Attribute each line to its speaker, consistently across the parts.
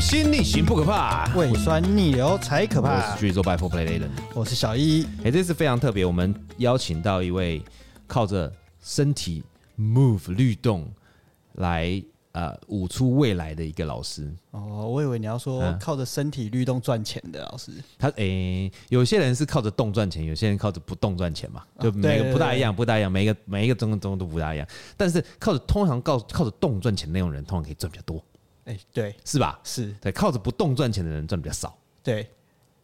Speaker 1: 心逆行不可怕。
Speaker 2: 胃酸逆流才可
Speaker 1: 我
Speaker 2: 怕
Speaker 1: 是。巨做 by Four Play l a d e n
Speaker 2: 我是小一，
Speaker 1: 哎、这次非常特别，我们邀请到一位靠着身体 move 律动来呃舞出未来的一个老师。
Speaker 2: 哦，我以为你要说
Speaker 1: 嗯
Speaker 2: 靠着身体律动赚钱的老师，
Speaker 1: 他诶、有些人是靠着动赚钱，有些人靠着不动赚钱嘛，就
Speaker 2: 啊
Speaker 1: 每
Speaker 2: 对
Speaker 1: 个
Speaker 2: 对
Speaker 1: 不大一样，不大一样，每一个每一个中中都不大一样。但是靠着通常靠靠着动赚钱那种人，通常可以赚比较多，
Speaker 2: 哎、对，
Speaker 1: 是吧？
Speaker 2: 是，
Speaker 1: 对，靠着不动赚钱的人赚比较少，
Speaker 2: 对，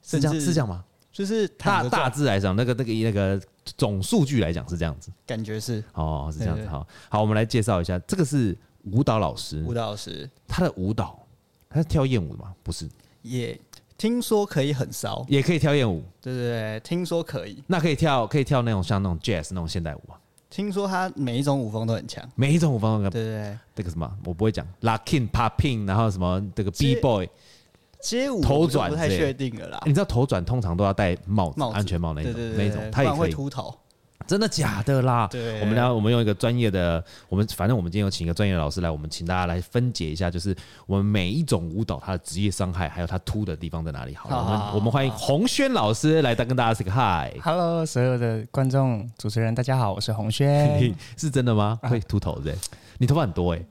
Speaker 1: 是这样
Speaker 2: 甚至
Speaker 1: 是这样吗？
Speaker 2: 就是躺
Speaker 1: 大
Speaker 2: 着
Speaker 1: 大
Speaker 2: 赚，
Speaker 1: 致来讲，那个那个那个总数据来讲是这样子
Speaker 2: 感觉是
Speaker 1: 哦，是这样子
Speaker 2: 对对
Speaker 1: 好好，我们来介绍一下，这个是舞蹈老师
Speaker 2: 舞，蹈老师
Speaker 1: 他的舞蹈，他是跳艳舞的吗？不是，
Speaker 2: 也听说可以很骚，
Speaker 1: 也可以跳艳舞，
Speaker 2: 对对对，听说可以，
Speaker 1: 那可以跳可以跳那种像那种 jazz 那种现代舞吗？
Speaker 2: 听说他每一种舞风都很强，
Speaker 1: 每一种舞方
Speaker 2: 对对对，
Speaker 1: 这个什么，我不会讲 locking、popping，然后什么这个 b
Speaker 2: 其实
Speaker 1: boy，
Speaker 2: 街舞
Speaker 1: 头
Speaker 2: 我就
Speaker 1: 转
Speaker 2: 不太
Speaker 1: 之类的
Speaker 2: 确定了啦
Speaker 1: 你，知道头转通常都要戴帽子、
Speaker 2: 帽子
Speaker 1: 安全帽那一
Speaker 2: 对
Speaker 1: 种
Speaker 2: 对对
Speaker 1: 那
Speaker 2: 对
Speaker 1: 一
Speaker 2: 对
Speaker 1: 种，
Speaker 2: 不
Speaker 1: 他也
Speaker 2: 然
Speaker 1: 可
Speaker 2: 会
Speaker 1: 以，
Speaker 2: 秃头，
Speaker 1: 真的假的啦？
Speaker 2: 对
Speaker 1: 我们来，我们用一个专业的，我们反正我们今天有请一个专业的老师来，我们请大家来分解一下，就是我们每一种舞蹈它的职业伤害，还有它凸的地方在哪里。好了，
Speaker 2: 好
Speaker 1: 我
Speaker 2: 好
Speaker 1: 们
Speaker 2: 好
Speaker 1: 我们欢迎洪轩老师来跟大家 say 个 hi。
Speaker 3: Hello，所有的观众、主持人，大家好，我是洪
Speaker 2: 哎
Speaker 3: 轩。
Speaker 1: 是真的吗？会秃头对？你头发很多哎、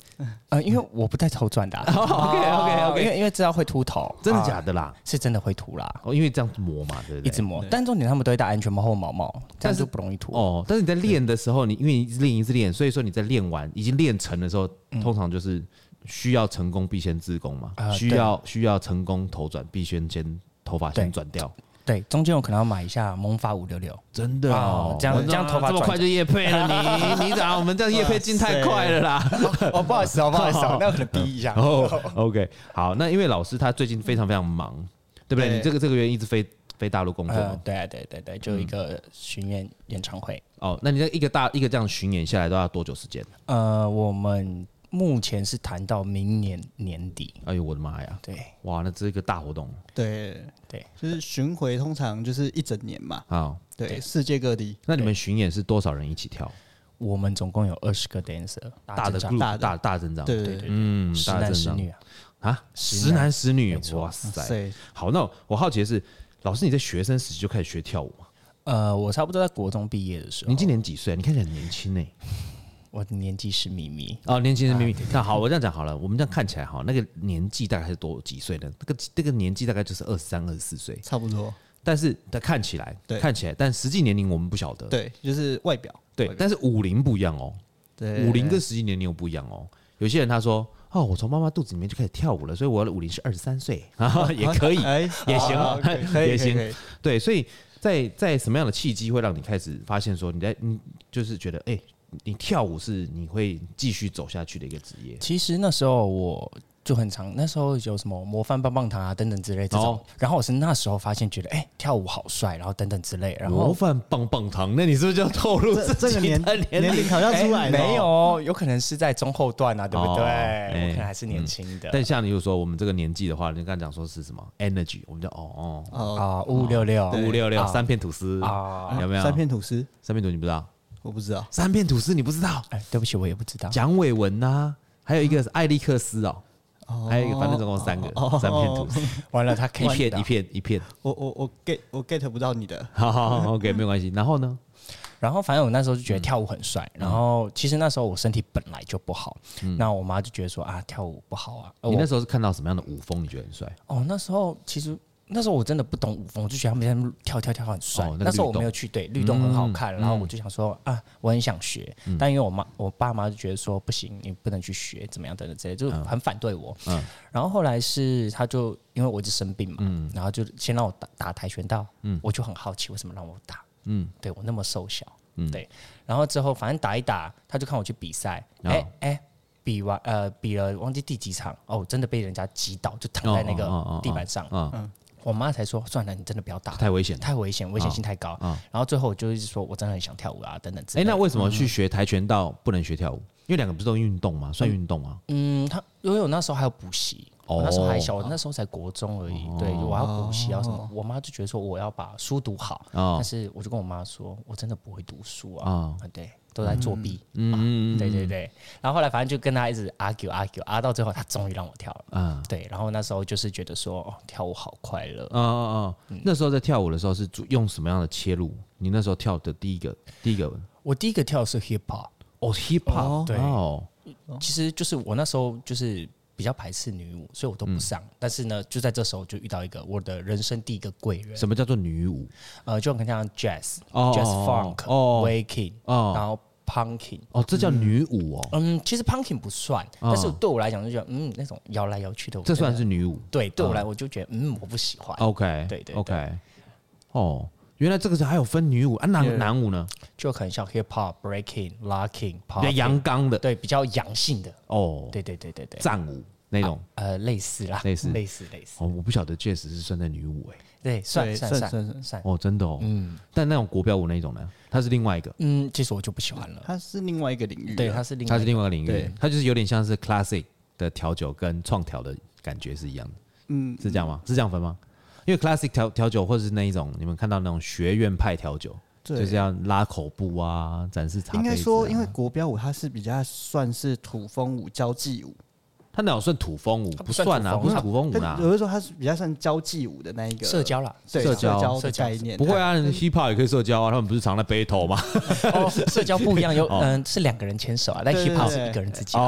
Speaker 3: 呃，因为我不戴头转的、啊
Speaker 1: OK，OK，OK
Speaker 3: 因为因为知道会秃头，
Speaker 1: 真的
Speaker 3: 啊
Speaker 1: 假的啦？
Speaker 3: 是真的会秃啦，
Speaker 1: 哦，因为这样磨嘛，对不对？
Speaker 3: 一直磨。但重点他们都会戴安全帽或毛毛，这
Speaker 1: 但
Speaker 3: 样
Speaker 1: 是
Speaker 3: 就不容易秃。哦，
Speaker 1: 哦，但是你在练的时候，你因为你一直练一直练，所以说你在练完已经练成的时候，通常就是需要成功必先自宫嘛，
Speaker 3: 嗯啊
Speaker 1: 需
Speaker 3: 对
Speaker 1: 要需要成功头转必先先头发先
Speaker 3: 对
Speaker 1: 转掉，
Speaker 3: 对，中间我可能要买一下蒙发五六六。
Speaker 1: 真的哦
Speaker 3: 哦，这样
Speaker 1: 我知道
Speaker 3: 这样头发
Speaker 1: 这么
Speaker 3: 转
Speaker 1: 快就叶配了 你，你咋我们这样叶配进太快了啦？
Speaker 3: 哦，不好意思哦，不好
Speaker 1: 意思哦
Speaker 3: 那我可能逼一下
Speaker 1: 哦，OK，好，那因为老师他最近非常非常忙，对不对？
Speaker 2: 对
Speaker 1: 你这个这个月一直飞飞大陆工作
Speaker 3: 呃
Speaker 1: 吗，
Speaker 3: 对啊，对对
Speaker 1: 嗯
Speaker 3: 对，就一个巡演演唱会。
Speaker 1: 哦，那你这一个大一个这样巡演下来都要多久时间？
Speaker 3: 呃，我们目前是谈到明年年底。
Speaker 1: 哎呦我的妈呀！
Speaker 3: 对，
Speaker 1: 哇，那这是一个大活动
Speaker 2: 对
Speaker 3: 对，
Speaker 2: 就是巡回通常就是一整年嘛，
Speaker 1: 啊！
Speaker 2: 对，
Speaker 3: 对
Speaker 2: 世界各地，
Speaker 1: 那你们巡演是多少人一起跳？
Speaker 3: 我们总共有二十个 dancer，
Speaker 1: 大的
Speaker 3: 阵仗
Speaker 1: group，
Speaker 2: 大
Speaker 1: 大
Speaker 2: 的
Speaker 1: 大大阵仗，
Speaker 2: 对
Speaker 3: 对
Speaker 2: 对
Speaker 3: 对
Speaker 2: 对，
Speaker 3: 对，
Speaker 1: 嗯，
Speaker 3: 十
Speaker 1: 大
Speaker 3: 男
Speaker 1: 阵
Speaker 3: 十
Speaker 1: 仗
Speaker 3: 女啊。
Speaker 1: 啊，
Speaker 3: 十
Speaker 1: 十
Speaker 3: 男
Speaker 1: 男十女
Speaker 3: 没，错
Speaker 1: 哇塞！
Speaker 2: 对，
Speaker 1: 好，那我好奇的是，老师你在学生时期就开始学跳舞吗？
Speaker 3: 呃，我差不多在国中毕业的时候，
Speaker 1: 您今年几岁啊？你看起来很年轻呢。
Speaker 3: 我的年纪是秘密，
Speaker 1: 哦，年轻人秘密。那好，我这样讲好了，我们这样看起来哈，那个年纪大概是多几岁呢？那个那个年纪大概就是二十三、二十四岁，
Speaker 2: 差不多，
Speaker 1: 但是他看起来
Speaker 2: 对
Speaker 1: 看起来，但实际年龄我们不晓得。
Speaker 2: 对，就是外表，
Speaker 1: 呃对，但是舞龄不一样哦。
Speaker 2: 对，
Speaker 1: 五龄跟实际年龄又不一样哦。有些人他说：“哦，我从妈妈肚子里面就开始跳舞了，所以我的舞龄是二十三岁，啊， 也可以。
Speaker 2: 哎，
Speaker 1: 也行啊
Speaker 2: 好好可以可以
Speaker 1: 也行
Speaker 2: 可以可以”
Speaker 1: 对，所以在在什么样的契机会让你开始发现说你在你就是觉得哎、你跳舞是你会继续走下去的一个职 业
Speaker 3: 其实那时候我就很常，那时候有什么模范棒棒糖啊等等之类这种，
Speaker 1: 哦
Speaker 3: 然后我是那时候发现觉得，哎、跳舞好帅，然后等等之类，然
Speaker 1: 模
Speaker 3: 后
Speaker 1: 范棒棒糖，那你是不是就要透露
Speaker 2: 这
Speaker 1: 自
Speaker 2: 这个
Speaker 1: 己
Speaker 2: 年
Speaker 1: 的
Speaker 2: 年
Speaker 1: 龄？
Speaker 2: 龄好像出来
Speaker 3: 哎
Speaker 2: 了哦
Speaker 3: 没有哦，有可能是在中后段啊，对不对？
Speaker 1: 哦哎嗯
Speaker 3: 我可能还是年轻的。
Speaker 1: 但像你就说我们这个年纪的话，你刚才讲说是什么 energy，我们就哦哦
Speaker 2: 哦，
Speaker 3: 啊，五五六六，
Speaker 1: 五六六三片吐司
Speaker 3: 啊
Speaker 1: 有没有？
Speaker 2: 三片吐司，
Speaker 1: 三片吐司你不知道？
Speaker 2: 我不知道，
Speaker 1: 三片吐司你不知道？
Speaker 3: 哎，对不起，我也不知道。
Speaker 1: 蒋伟文呐、还有一个是艾利克斯哦，
Speaker 2: 哦
Speaker 1: 还有一个反正总共三个、三片图，
Speaker 3: 完了，他
Speaker 1: 一
Speaker 3: K
Speaker 1: 片一片一片，
Speaker 2: 我我我 get 我 get 不到你的，
Speaker 1: 好好好，OK，没有关系。然后呢，
Speaker 3: 然后反正我那时候就觉
Speaker 1: 嗯
Speaker 3: 得跳舞很帅，然后其实那时候我身体本来就不好，那我妈就觉得说啊跳舞不好啊。呃
Speaker 1: 嗯你
Speaker 3: 我
Speaker 1: 那时候是看到什么样的舞风？你觉得很帅？
Speaker 3: 哦那时候其实那时候我真的不懂舞风，我就觉得他们在那边跳跳跳很帅。
Speaker 1: 哦那个
Speaker 3: 那时候我
Speaker 1: 律动
Speaker 3: 没有去对律动很好看，
Speaker 1: 嗯
Speaker 3: 然后我就想说啊我很想学，但因为我妈我爸妈就觉得说不行，你不能去学怎么样等等之类，就很反对我。
Speaker 1: 嗯
Speaker 3: 然后后来是他就因为我一直生病嘛，
Speaker 1: 嗯
Speaker 3: 然后就先让我打打跆拳道，我就很好奇为什么让我打，
Speaker 1: 嗯
Speaker 3: 对我那么瘦小，
Speaker 1: 嗯
Speaker 3: 对，然后之后反正打一打，他就看我去比赛，
Speaker 1: 哦
Speaker 3: 哎哎、比完呃比了忘记第几场，哦，我真的被人家击倒，就躺在那
Speaker 1: 哦哦哦哦
Speaker 3: 个地板上，
Speaker 1: 啊、
Speaker 3: 我妈才说算了，你真的不要打了，
Speaker 1: 太危险了。
Speaker 3: 啊太危险，危险性太高。
Speaker 1: 哦
Speaker 3: 然后最后我就一直说我真的很想跳舞啊等等之
Speaker 1: 哎、
Speaker 3: 类的。
Speaker 1: 那为什么去学跆拳道不能学跳舞？因为两个不是都运动吗？算运动吗？啊
Speaker 3: 嗯，他因为我那时候还有补习，
Speaker 1: 哦
Speaker 3: 我那时候还小，我那时候才国中而已。对，我要补习要什么，我妈就觉得说我要把书读好，
Speaker 1: 哦
Speaker 3: 但是我就跟我妈说，我真的不会读书啊，
Speaker 1: 啊，
Speaker 3: 啊对，都在作弊。
Speaker 1: 嗯
Speaker 3: 对对对，然后后来反正就跟他一直 argue argue，啊到最后他终于让我跳了。
Speaker 1: 啊
Speaker 3: 对，然后那时候就是觉得说，哦，跳舞好快乐。
Speaker 1: 啊啊！那时候在跳舞的时候是主用什么样的切入？你那时候跳的第一个第一个
Speaker 3: 我第一个跳的是 hip hop，
Speaker 1: 哦，hip hop，
Speaker 3: 对
Speaker 1: 哦，
Speaker 3: 其实就是我那时候就是比较排斥女舞，所以我都不上。但是呢，就在这时候就遇到一个我的人生第一个贵人，
Speaker 1: 什么叫做女舞？
Speaker 3: 呃，就很像 jazz、
Speaker 1: 哦
Speaker 3: jazz
Speaker 1: 哦
Speaker 3: funk、
Speaker 1: 哦
Speaker 3: waking，、
Speaker 1: 哦
Speaker 3: 然后 punking。
Speaker 1: 哦，这叫女舞哦，
Speaker 3: 嗯，其实 punking 不算，但是对我来讲就觉得，嗯，那种摇来摇去的，我
Speaker 1: 这
Speaker 3: 真的
Speaker 1: 算是哦女舞。
Speaker 3: 对，对我来我就觉得，嗯，我不喜欢。
Speaker 1: OK，
Speaker 3: 对对对
Speaker 1: ，OK，哦，原来这个是还有分女舞啊，男男舞呢？
Speaker 3: 就很像 hip hop、breaking、locking、
Speaker 1: 比较
Speaker 3: pop，
Speaker 1: 阳刚的
Speaker 3: 对，比较阳性的，
Speaker 1: 哦，
Speaker 3: 对对对对对，
Speaker 1: 战舞那种。
Speaker 3: 呃，类似啦，
Speaker 1: 类似
Speaker 3: 类似类似，
Speaker 1: 哦，我不晓得 jazz 是算在女舞哎、
Speaker 3: 对，算
Speaker 2: 对
Speaker 3: 算
Speaker 2: 算
Speaker 3: 算
Speaker 2: 算
Speaker 3: 算，
Speaker 1: 哦，真的哦，嗯，但那种国标舞那种呢，它是另外一个，
Speaker 3: 嗯，其实我就不喜欢了，
Speaker 2: 它是另外一个领域。啊
Speaker 3: 对，，它是另
Speaker 1: 它
Speaker 3: 外
Speaker 1: 是
Speaker 3: 一个，
Speaker 1: 另外一个领域
Speaker 2: 对，
Speaker 1: 它就是有点像是 classic 的调酒跟创调的感觉是一样的，
Speaker 2: 嗯，
Speaker 1: 是这样吗？是这样分吗？因为 classic 调调酒或者是那一种你们看到那种学院派调酒，
Speaker 2: 对
Speaker 1: 就是要拉口布啊，展示茶杯、
Speaker 2: 应
Speaker 1: 啊。
Speaker 2: 该说，因为国标舞它是比较算是土风舞、交际舞。
Speaker 1: 它哪有算土风舞？
Speaker 3: 它
Speaker 1: 不
Speaker 3: 不算
Speaker 1: 算啊，
Speaker 3: 土
Speaker 1: 不
Speaker 3: 风
Speaker 1: 是土风舞啦
Speaker 2: 但。有的时候它是比较算交际舞的那一个
Speaker 3: 社，交啦，
Speaker 2: 对
Speaker 1: 社
Speaker 2: 社
Speaker 1: 交
Speaker 2: 的
Speaker 3: 社交
Speaker 2: 概念。
Speaker 1: 不会啊，hip hop 也可以社交啊，他们不是常在 battle 吗？
Speaker 3: 哦，社交不一样，有嗯是两个人牵手啊，但
Speaker 2: 对
Speaker 3: hip
Speaker 2: 对
Speaker 3: hop
Speaker 2: 对
Speaker 3: 是一个人自己啊，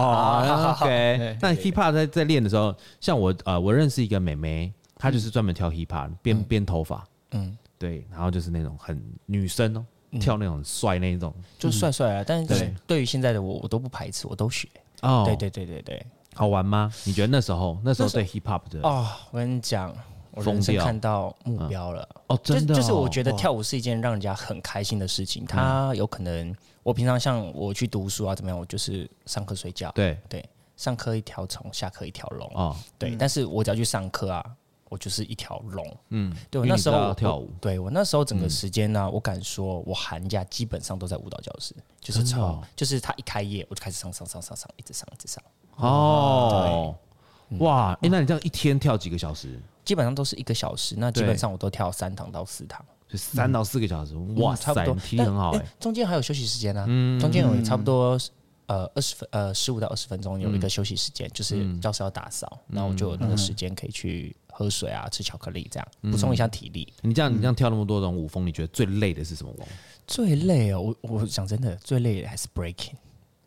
Speaker 1: 哦，OK
Speaker 2: 对。
Speaker 1: 那 hip hop 在在练的时候，像我呃，我认识一个妹妹，她就是专门跳 hip hop，编编头发，
Speaker 3: 嗯，
Speaker 1: 对，然后就是那种很女生哦，跳那种很帅那一种。
Speaker 3: 就帅帅啊，但是
Speaker 1: 嗯对
Speaker 3: 对于现在的我，我都不排斥，我都学，
Speaker 1: 哦，
Speaker 3: 对，对对对对，
Speaker 1: 好玩吗？你觉得那时候那时候对 hip hop 的
Speaker 3: 哦，我跟你讲，我
Speaker 1: 疯
Speaker 3: 人生
Speaker 1: 掉
Speaker 3: 看到目标了。
Speaker 1: 哦，
Speaker 3: 就
Speaker 1: 真的哦
Speaker 3: 就是我觉得跳舞是一件让人家很开心的事情。
Speaker 1: 嗯
Speaker 3: 他有可能我平常像我去读书啊怎么样，我就是上课睡觉，
Speaker 1: 对
Speaker 3: 对，上课一条虫，下课一条龙，
Speaker 1: 哦，
Speaker 3: 对。但是我只要去上课啊，我就是一条龙，嗯，对我
Speaker 1: 因为
Speaker 3: 那
Speaker 1: 你
Speaker 3: 时
Speaker 1: 知道
Speaker 3: 候
Speaker 1: 要跳舞嗯
Speaker 3: 我对我那时候整个时间呢、我敢说我寒假基本上都在舞蹈教室，就是
Speaker 1: 真的
Speaker 3: 从、
Speaker 1: 哦
Speaker 3: 就是他一开业我就开始上上上上上，一直上一直上，
Speaker 1: 哦，哇，哎，那你这样一天跳几个小时？
Speaker 3: 基本上都是一个小时，那基
Speaker 1: 对
Speaker 3: 本上我都跳三堂到四堂。
Speaker 1: 就三到四个小时，哇
Speaker 3: 嗯
Speaker 1: 塞
Speaker 3: 差不，多
Speaker 1: 你体力很好
Speaker 3: 但
Speaker 1: 哎
Speaker 3: 诶。中间还有休息时间呢、中间有差不多呃二十分呃十五到二十分钟有一个休息时间，就是教室要打扫，然后我就有那个时间可以去喝水啊、吃巧克力这样补充一下体力。
Speaker 1: 你这样你这样跳那么多种舞风，你觉得最累的是什么舞
Speaker 3: 最累哦，我我讲真的，最累的还是 breaking。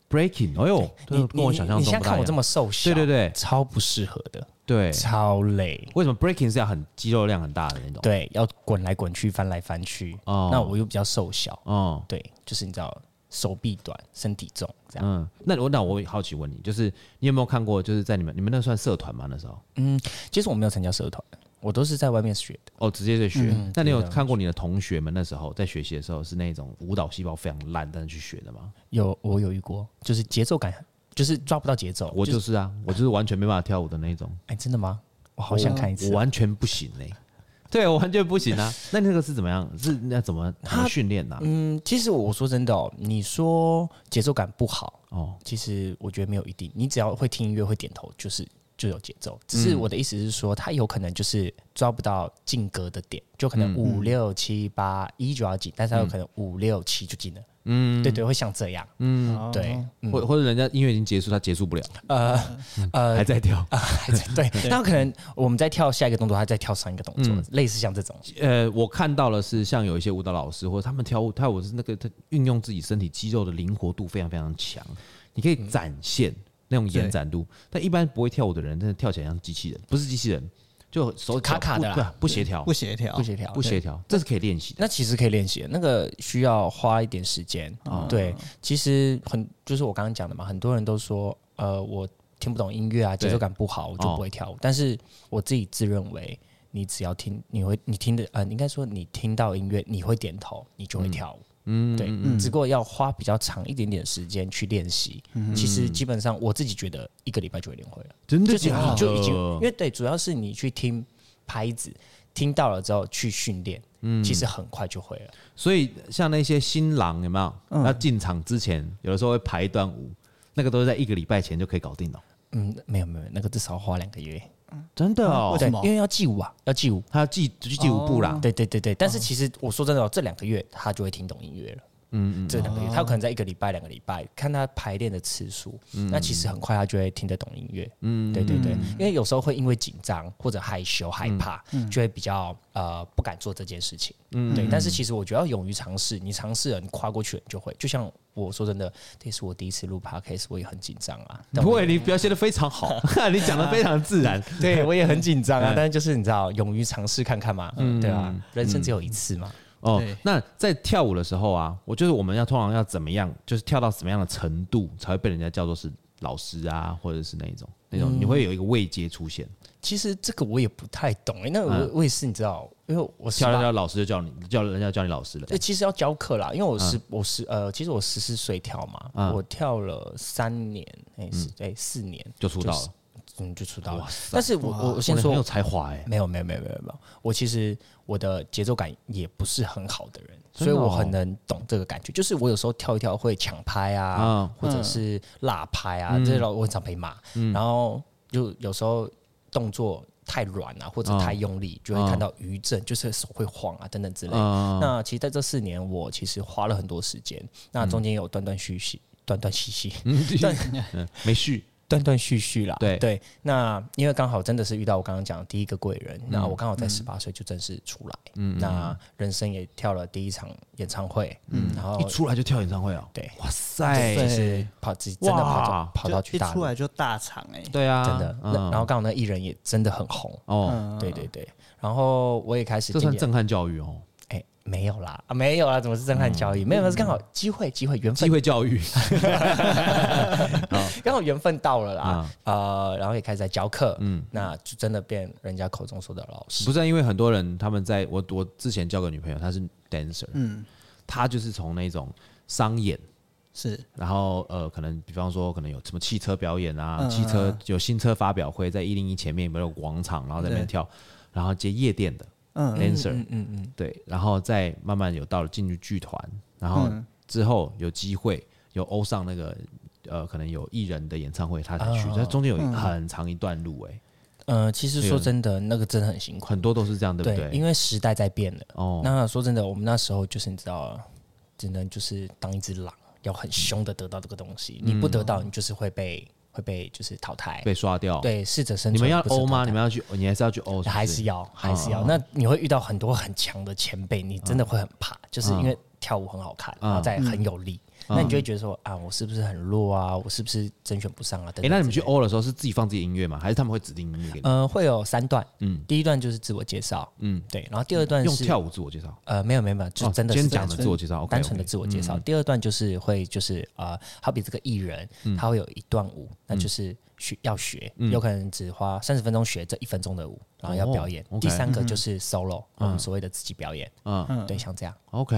Speaker 1: ？Breaking，哎呦，
Speaker 3: 你
Speaker 1: 这跟我
Speaker 3: 你
Speaker 1: 想象
Speaker 3: 你
Speaker 1: 中
Speaker 3: 现在
Speaker 1: 不大
Speaker 3: 看
Speaker 1: 一
Speaker 3: 我这
Speaker 1: 样。
Speaker 3: 么瘦小，
Speaker 1: 对对对
Speaker 3: 超不适合的，
Speaker 1: 对，
Speaker 3: 超累。
Speaker 1: 为什么 Breaking 是要很肌肉量很大的那种？，
Speaker 3: 对，要滚来滚去，翻来翻去。
Speaker 1: 哦
Speaker 3: 那我又比较瘦小，
Speaker 1: 哦，
Speaker 3: 对，就是你知道，手臂短，身体重这样。
Speaker 1: 嗯，那我那我好奇问你，就是你有没有看过，就是在你们你们那算社团吗？那时候
Speaker 3: 其实我没有参加社团，我都是在外面学的。
Speaker 1: 哦，直接在学。
Speaker 3: 嗯
Speaker 1: 那你有看过你的同学们那时候在学习的时候是那种舞蹈细胞非常烂，但是去学的吗？
Speaker 3: 有我有遇过，就是节奏感，就是抓不到节奏。
Speaker 1: 我
Speaker 3: 就
Speaker 1: 就是啊，我就是完全没办法跳舞的那种，
Speaker 3: 哎、真的吗？我好想看一次
Speaker 1: 我
Speaker 3: 啊、
Speaker 1: 完全不行 嘞、对，我完全不行啊。 那你那个是怎么样？是那怎么怎么训练啊呐？
Speaker 3: 嗯，其实我说真的哦，你说节奏感不好，
Speaker 1: 哦，
Speaker 3: 其实我觉得没有一定。你只要会听音乐，会点头，就是就有节奏。只是我的意思是说，他有可能就是抓不到进歌的点，就可能五六七八一就要进，但是他有可能五六七就进了。嗯，对对，会像这样。
Speaker 2: 嗯
Speaker 3: 对，嗯
Speaker 1: 或或者人家音乐已经结束，他结束不了，
Speaker 3: 呃呃
Speaker 1: 还，在跳。
Speaker 3: 还在 对，嗯那可能我们在跳下一个动作，他在跳上一个动作，类似像这种。
Speaker 1: 呃，我看到的是像有一些舞蹈老师或者他们跳舞，跳舞是那个他运用自己身体肌肉的灵活度非常非常强，你可以展现那种延展
Speaker 3: 嗯
Speaker 1: 度。但一般不会跳舞的人，真的跳起来像机器人，不是机器人，就手脚
Speaker 3: 卡卡的啦
Speaker 1: 不不协调
Speaker 2: 不，协调
Speaker 3: 哦不，协调，
Speaker 1: 不协调，这是可以练习的。
Speaker 3: 那其实可以练习，那个需要花一点时间。对，其实很就是我刚刚讲的嘛，很多人都说，呃，我听不懂音乐啊，
Speaker 1: 对
Speaker 3: 节奏感不好，我就不会跳舞。但是我自己自认为，你只要听，你会你听的，呃，应该说你听到音乐，你会点头，你就会跳舞。嗯，对，只不过要花比较长一点点时间去练习。其实基本上我自己觉得一个礼拜就会练会了。
Speaker 1: 真
Speaker 3: 就是你就已经，
Speaker 1: 哦
Speaker 3: 因为对，主要是你去听拍子，听到了之后去训练，其实很快就会了。
Speaker 1: 所以像那些新郎有没
Speaker 3: 嗯
Speaker 1: 有？要进场之前，有的时候会排一段舞，那个都是在一个礼拜前就可以搞定了。
Speaker 3: 嗯，没有没有，那个至少花两个月，
Speaker 1: 真的哦
Speaker 2: 为，
Speaker 3: 对
Speaker 2: 什，
Speaker 3: 哦
Speaker 2: 么
Speaker 3: 因为要记舞啊，要记舞。
Speaker 1: 他要记就去记舞步啦，
Speaker 3: 对对对对，但是其实我说真的、哦，这两个月他就会听懂音乐了。
Speaker 1: 嗯嗯，
Speaker 3: 这两个月，他有可能在一个礼拜、两个礼拜，看他排练的次数，那其实很快他就会听得懂音乐。嗯，对对对，因为有时候会因为紧张或者害羞、害怕，就会比较呃不敢做这件事情。嗯，对。但是其实我觉得要勇于尝试，你尝试了，你跨过去了，你就会。就像我说真的，这是我第一次录 podcast，我也很紧张啊。但
Speaker 1: 不
Speaker 3: 我
Speaker 1: 会，你表现的非常好， 你讲的非常自然，
Speaker 3: 对我也很紧张啊，但是就是你知道，嗯勇于尝试看看嘛，对吧？人生只有一次嘛。
Speaker 1: 哦
Speaker 2: 对，
Speaker 1: 那在跳舞的时候啊，我就是我们要通常要怎么样，就是跳到什么样的程度才会被人家叫做是老师啊，或者是那一种那
Speaker 3: 嗯
Speaker 1: 种，你会有一个位阶出现，
Speaker 3: 其实这个我也不太懂，欸那我我也是你知道，因为我
Speaker 1: 跳
Speaker 3: 18
Speaker 1: 跳跳，老师就叫你叫人家叫你老师了
Speaker 3: 对，，其实要教课啦，因为
Speaker 1: 嗯
Speaker 3: 我十、我十呃，其实我十四岁跳嘛，我跳了三年，哎、是
Speaker 1: 嗯
Speaker 3: 哎、四年
Speaker 1: 就出道
Speaker 3: 是
Speaker 1: 了，
Speaker 3: 嗯，就出道了。但是我我我先
Speaker 1: 哇你很有
Speaker 3: 说，
Speaker 1: 才华哎，
Speaker 3: 没有没有没有没有没有，我其实我的节奏感也不是很好的人，
Speaker 1: 真
Speaker 3: 所以
Speaker 1: 的哦
Speaker 3: 我很能懂这个感觉。就是我有时候跳一跳会抢拍啊，
Speaker 1: 啊
Speaker 3: 或者是辣拍啊，
Speaker 1: 嗯
Speaker 3: 这种我很常被骂。然后就有时候动作太软啊，
Speaker 1: 嗯
Speaker 3: 或者太用力，就会看到余震，就是手会晃啊等等之类的。
Speaker 1: 嗯，
Speaker 3: 那其实在这四年，我其实花了很多时间。那中间有断断续续、断断续续、
Speaker 1: 嗯没续，
Speaker 3: 断断续续啦。
Speaker 1: 对
Speaker 3: 对，那因为刚好真的是遇到我刚刚讲的第一个贵
Speaker 1: 嗯
Speaker 3: 人，那我刚好在十八岁就正式出来，那人生也跳了第一场演唱会，然后
Speaker 1: 嗯一出来就跳演唱会哦，
Speaker 3: 对，
Speaker 1: 哇塞，
Speaker 3: 就是跑自己真的跑
Speaker 1: 哇
Speaker 3: 到跑到
Speaker 2: 就
Speaker 3: 去
Speaker 2: 一
Speaker 3: 大
Speaker 2: 出
Speaker 3: 陆，
Speaker 2: 来就大场哎，
Speaker 1: 对啊，
Speaker 3: 真的。那
Speaker 1: 嗯
Speaker 3: 然后嗯刚好那艺人也真的很红，
Speaker 1: 哦，
Speaker 2: 嗯
Speaker 3: 对对对。然后我也开始
Speaker 1: 这
Speaker 3: 渐
Speaker 1: 算
Speaker 3: 渐
Speaker 1: 震撼教育哦，
Speaker 3: 哎、没有啦啊没有啦，怎么是震撼
Speaker 1: 嗯
Speaker 3: 交易？没有，是刚好机会机会缘分
Speaker 1: 机会教 育，
Speaker 3: 刚好缘分到了啦，
Speaker 1: 嗯
Speaker 3: 呃，然后也开始在教课，嗯，那就真的变人家口中说的老师，
Speaker 1: 不是因为很多人他们在我我之前交个女朋友，她是 dancer，嗯，她就是从那种商演。
Speaker 2: 是
Speaker 1: 然后呃，可能比方说，可能有什么汽车表演
Speaker 3: 嗯
Speaker 1: 啊，汽车有新车发表会，在一零一前面有没有广场，然后在那边跳，然后接夜店的 dancer，
Speaker 3: 嗯嗯嗯，
Speaker 1: 对，然后再慢慢有到了进入剧团，然后
Speaker 3: 嗯
Speaker 1: 之后有机会有欧上那个呃，可能有艺人的演唱会，他才去，
Speaker 3: 哦
Speaker 1: 但中间有一
Speaker 3: 嗯
Speaker 1: 很长一段路、欸，
Speaker 3: 呃，其实说真的，那个真的很辛苦，
Speaker 1: 很多都是这样，对不
Speaker 3: 因
Speaker 1: 对？
Speaker 3: 为时代在变了。
Speaker 1: 哦，
Speaker 3: 那说真的，我们那时候就是你知道，只能就是当一只狼，要很凶的得到这个东西，你不得到，你就是会被会被就是淘汰，
Speaker 1: 嗯被刷掉，，
Speaker 3: 对，适者生存。
Speaker 1: 你们要
Speaker 3: 不是
Speaker 1: 欧吗？
Speaker 3: 淘汰
Speaker 1: 你们要去，你还是哦要去欧，
Speaker 3: 还是
Speaker 1: 是
Speaker 3: 要，还是要。那你会遇到很多很强的前辈，
Speaker 1: 嗯
Speaker 3: 你真的会很怕，就是因为跳舞很好看，然后再很有力，
Speaker 1: 嗯
Speaker 3: 那你就会觉得说啊，我是不是很弱啊？我是不是甄选不上啊？等
Speaker 1: 哎、
Speaker 3: 等
Speaker 1: 那你们
Speaker 3: 之
Speaker 1: 去
Speaker 3: 类的
Speaker 1: 欧的时候是自己放自己音乐吗？还是他们会指定音乐给你？
Speaker 3: 呃，会有三段，嗯，第一段就是自我介绍，嗯，对，然后第二段
Speaker 1: 用
Speaker 3: 是
Speaker 1: 跳舞自我介绍。
Speaker 3: 呃，没有没有没有，就
Speaker 1: 哦
Speaker 3: 真的是
Speaker 1: 先
Speaker 3: 这样
Speaker 1: 讲的自我介绍，OK，嗯
Speaker 3: 单纯的自我介绍。第二段就是会就是呃，好比这个艺人，
Speaker 1: 嗯
Speaker 3: 他会有一段舞，那就是学要学，有可能只花三十分钟学这一分钟的舞，然后要表演
Speaker 1: 哦。，OK 嗯
Speaker 3: 第三个就是 solo，我们所谓的自己表演，嗯，对，像这样，
Speaker 1: OK，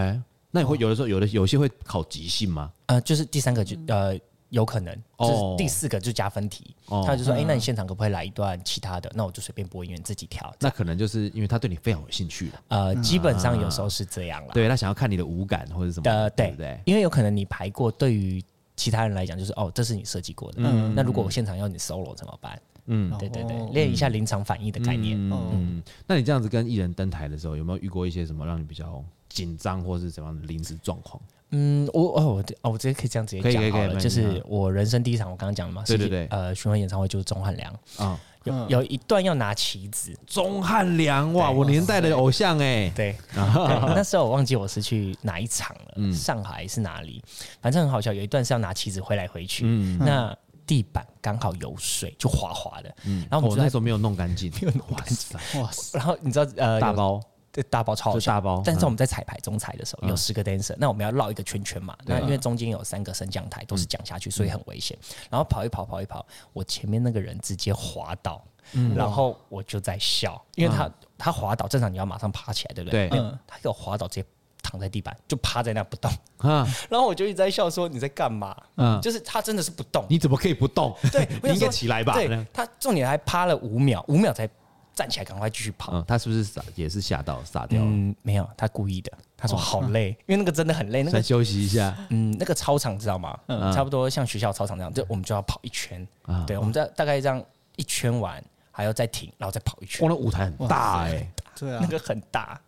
Speaker 1: 那
Speaker 3: 哦
Speaker 1: 你会有的时候有的有些会考即兴吗？
Speaker 3: 呃，就是第三个就呃。有可能，
Speaker 1: 哦
Speaker 3: 就是第四个就加分题，
Speaker 1: 哦
Speaker 3: 他就说：“哎、那你现场可不可以来一段其他的？”那我就随便播音乐，你自己调。
Speaker 1: 那可能就是因为他对你非常有兴趣了，
Speaker 3: 呃，基本上有时候是这样啦。
Speaker 1: 啊对他想要看你的舞感或者什么，
Speaker 3: 呃，对
Speaker 1: 不对？
Speaker 3: 因为有可能你排过，对于其他人来讲就是哦，这是你设计过的。那如果我现场要你 solo 怎么办？
Speaker 1: 嗯
Speaker 3: 对对
Speaker 2: 哦
Speaker 3: 对，练一下临场反应的概念。哦
Speaker 1: 嗯，那你这样子跟艺人登台的时候，有没有遇过一些什么让你比较紧张或是怎么样的临时状况？
Speaker 3: 嗯，我哦，我哦，我直接可以这样直
Speaker 1: 可
Speaker 3: 接
Speaker 1: 以可
Speaker 3: 讲
Speaker 1: 以可
Speaker 3: 好
Speaker 1: 以
Speaker 3: 了，
Speaker 1: 没问
Speaker 3: 就
Speaker 1: 题
Speaker 3: 是
Speaker 1: 啊
Speaker 3: 我人生第一场，我刚刚讲的嘛，
Speaker 1: 对对
Speaker 3: 是
Speaker 1: 对
Speaker 3: 呃，巡回演唱会就是钟汉良，
Speaker 1: 啊，
Speaker 3: 有有一段要拿旗子，
Speaker 1: 钟汉良哇，
Speaker 3: 对
Speaker 1: 我年代的偶像哎，
Speaker 3: 对，对那时候我忘记我是去哪一场了，
Speaker 1: 嗯
Speaker 3: 上海是哪里，反正很好笑。有一段是要拿旗子回来回去，
Speaker 1: 嗯
Speaker 3: 那地板刚好有水，就滑滑的，然后我
Speaker 1: 我
Speaker 3: 们就
Speaker 1: 哦那
Speaker 3: 在
Speaker 1: 时候没有弄 干净，哇塞，
Speaker 2: 哇塞，
Speaker 3: 然后你知道呃，
Speaker 1: 大
Speaker 3: 有
Speaker 1: 包
Speaker 3: 对大包超好
Speaker 1: 就
Speaker 3: 笑
Speaker 1: 大包
Speaker 3: 但是我们在彩排中彩的时
Speaker 1: 嗯
Speaker 3: 候，有十个 dancer，那我们要绕一个圈圈嘛，
Speaker 1: 啊
Speaker 3: 那因为中间有三个升降台都
Speaker 1: 嗯
Speaker 3: 是降下去，所以很危险。然后跑一跑，跑一跑，我前面那个人直接滑倒，
Speaker 1: 嗯
Speaker 3: 然后我就在笑，因为他他滑倒，正常你要马上爬起来，对不对？
Speaker 1: 对
Speaker 3: 没有他给我滑倒直接。躺在地板就趴在那不动，
Speaker 1: 啊，
Speaker 3: 然后我就一直在笑说你在干嘛？嗯，就是他真的是不动，
Speaker 1: 你怎么可以不动？
Speaker 3: 对，
Speaker 1: 你
Speaker 3: 我想
Speaker 1: 应该
Speaker 3: 说
Speaker 1: 起来吧。
Speaker 3: 对，他重点还趴了五秒，五秒才站起来，赶快继续跑。
Speaker 1: 嗯，他是不是傻也是吓到傻掉了？哦嗯
Speaker 3: 嗯，没有，他故意的。他说好累，因为那个真的很累。那
Speaker 1: 再
Speaker 3: 个
Speaker 1: 休息一下，
Speaker 3: 嗯，那个操场知道吗？
Speaker 1: 嗯啊
Speaker 3: 差不多像学校操场这样，就我们就要跑一圈。对，我们在大概这样一圈完，还要再停，然后再跑一圈
Speaker 1: 哇，，那舞台很大哎、
Speaker 2: 对啊
Speaker 3: 那，个很大。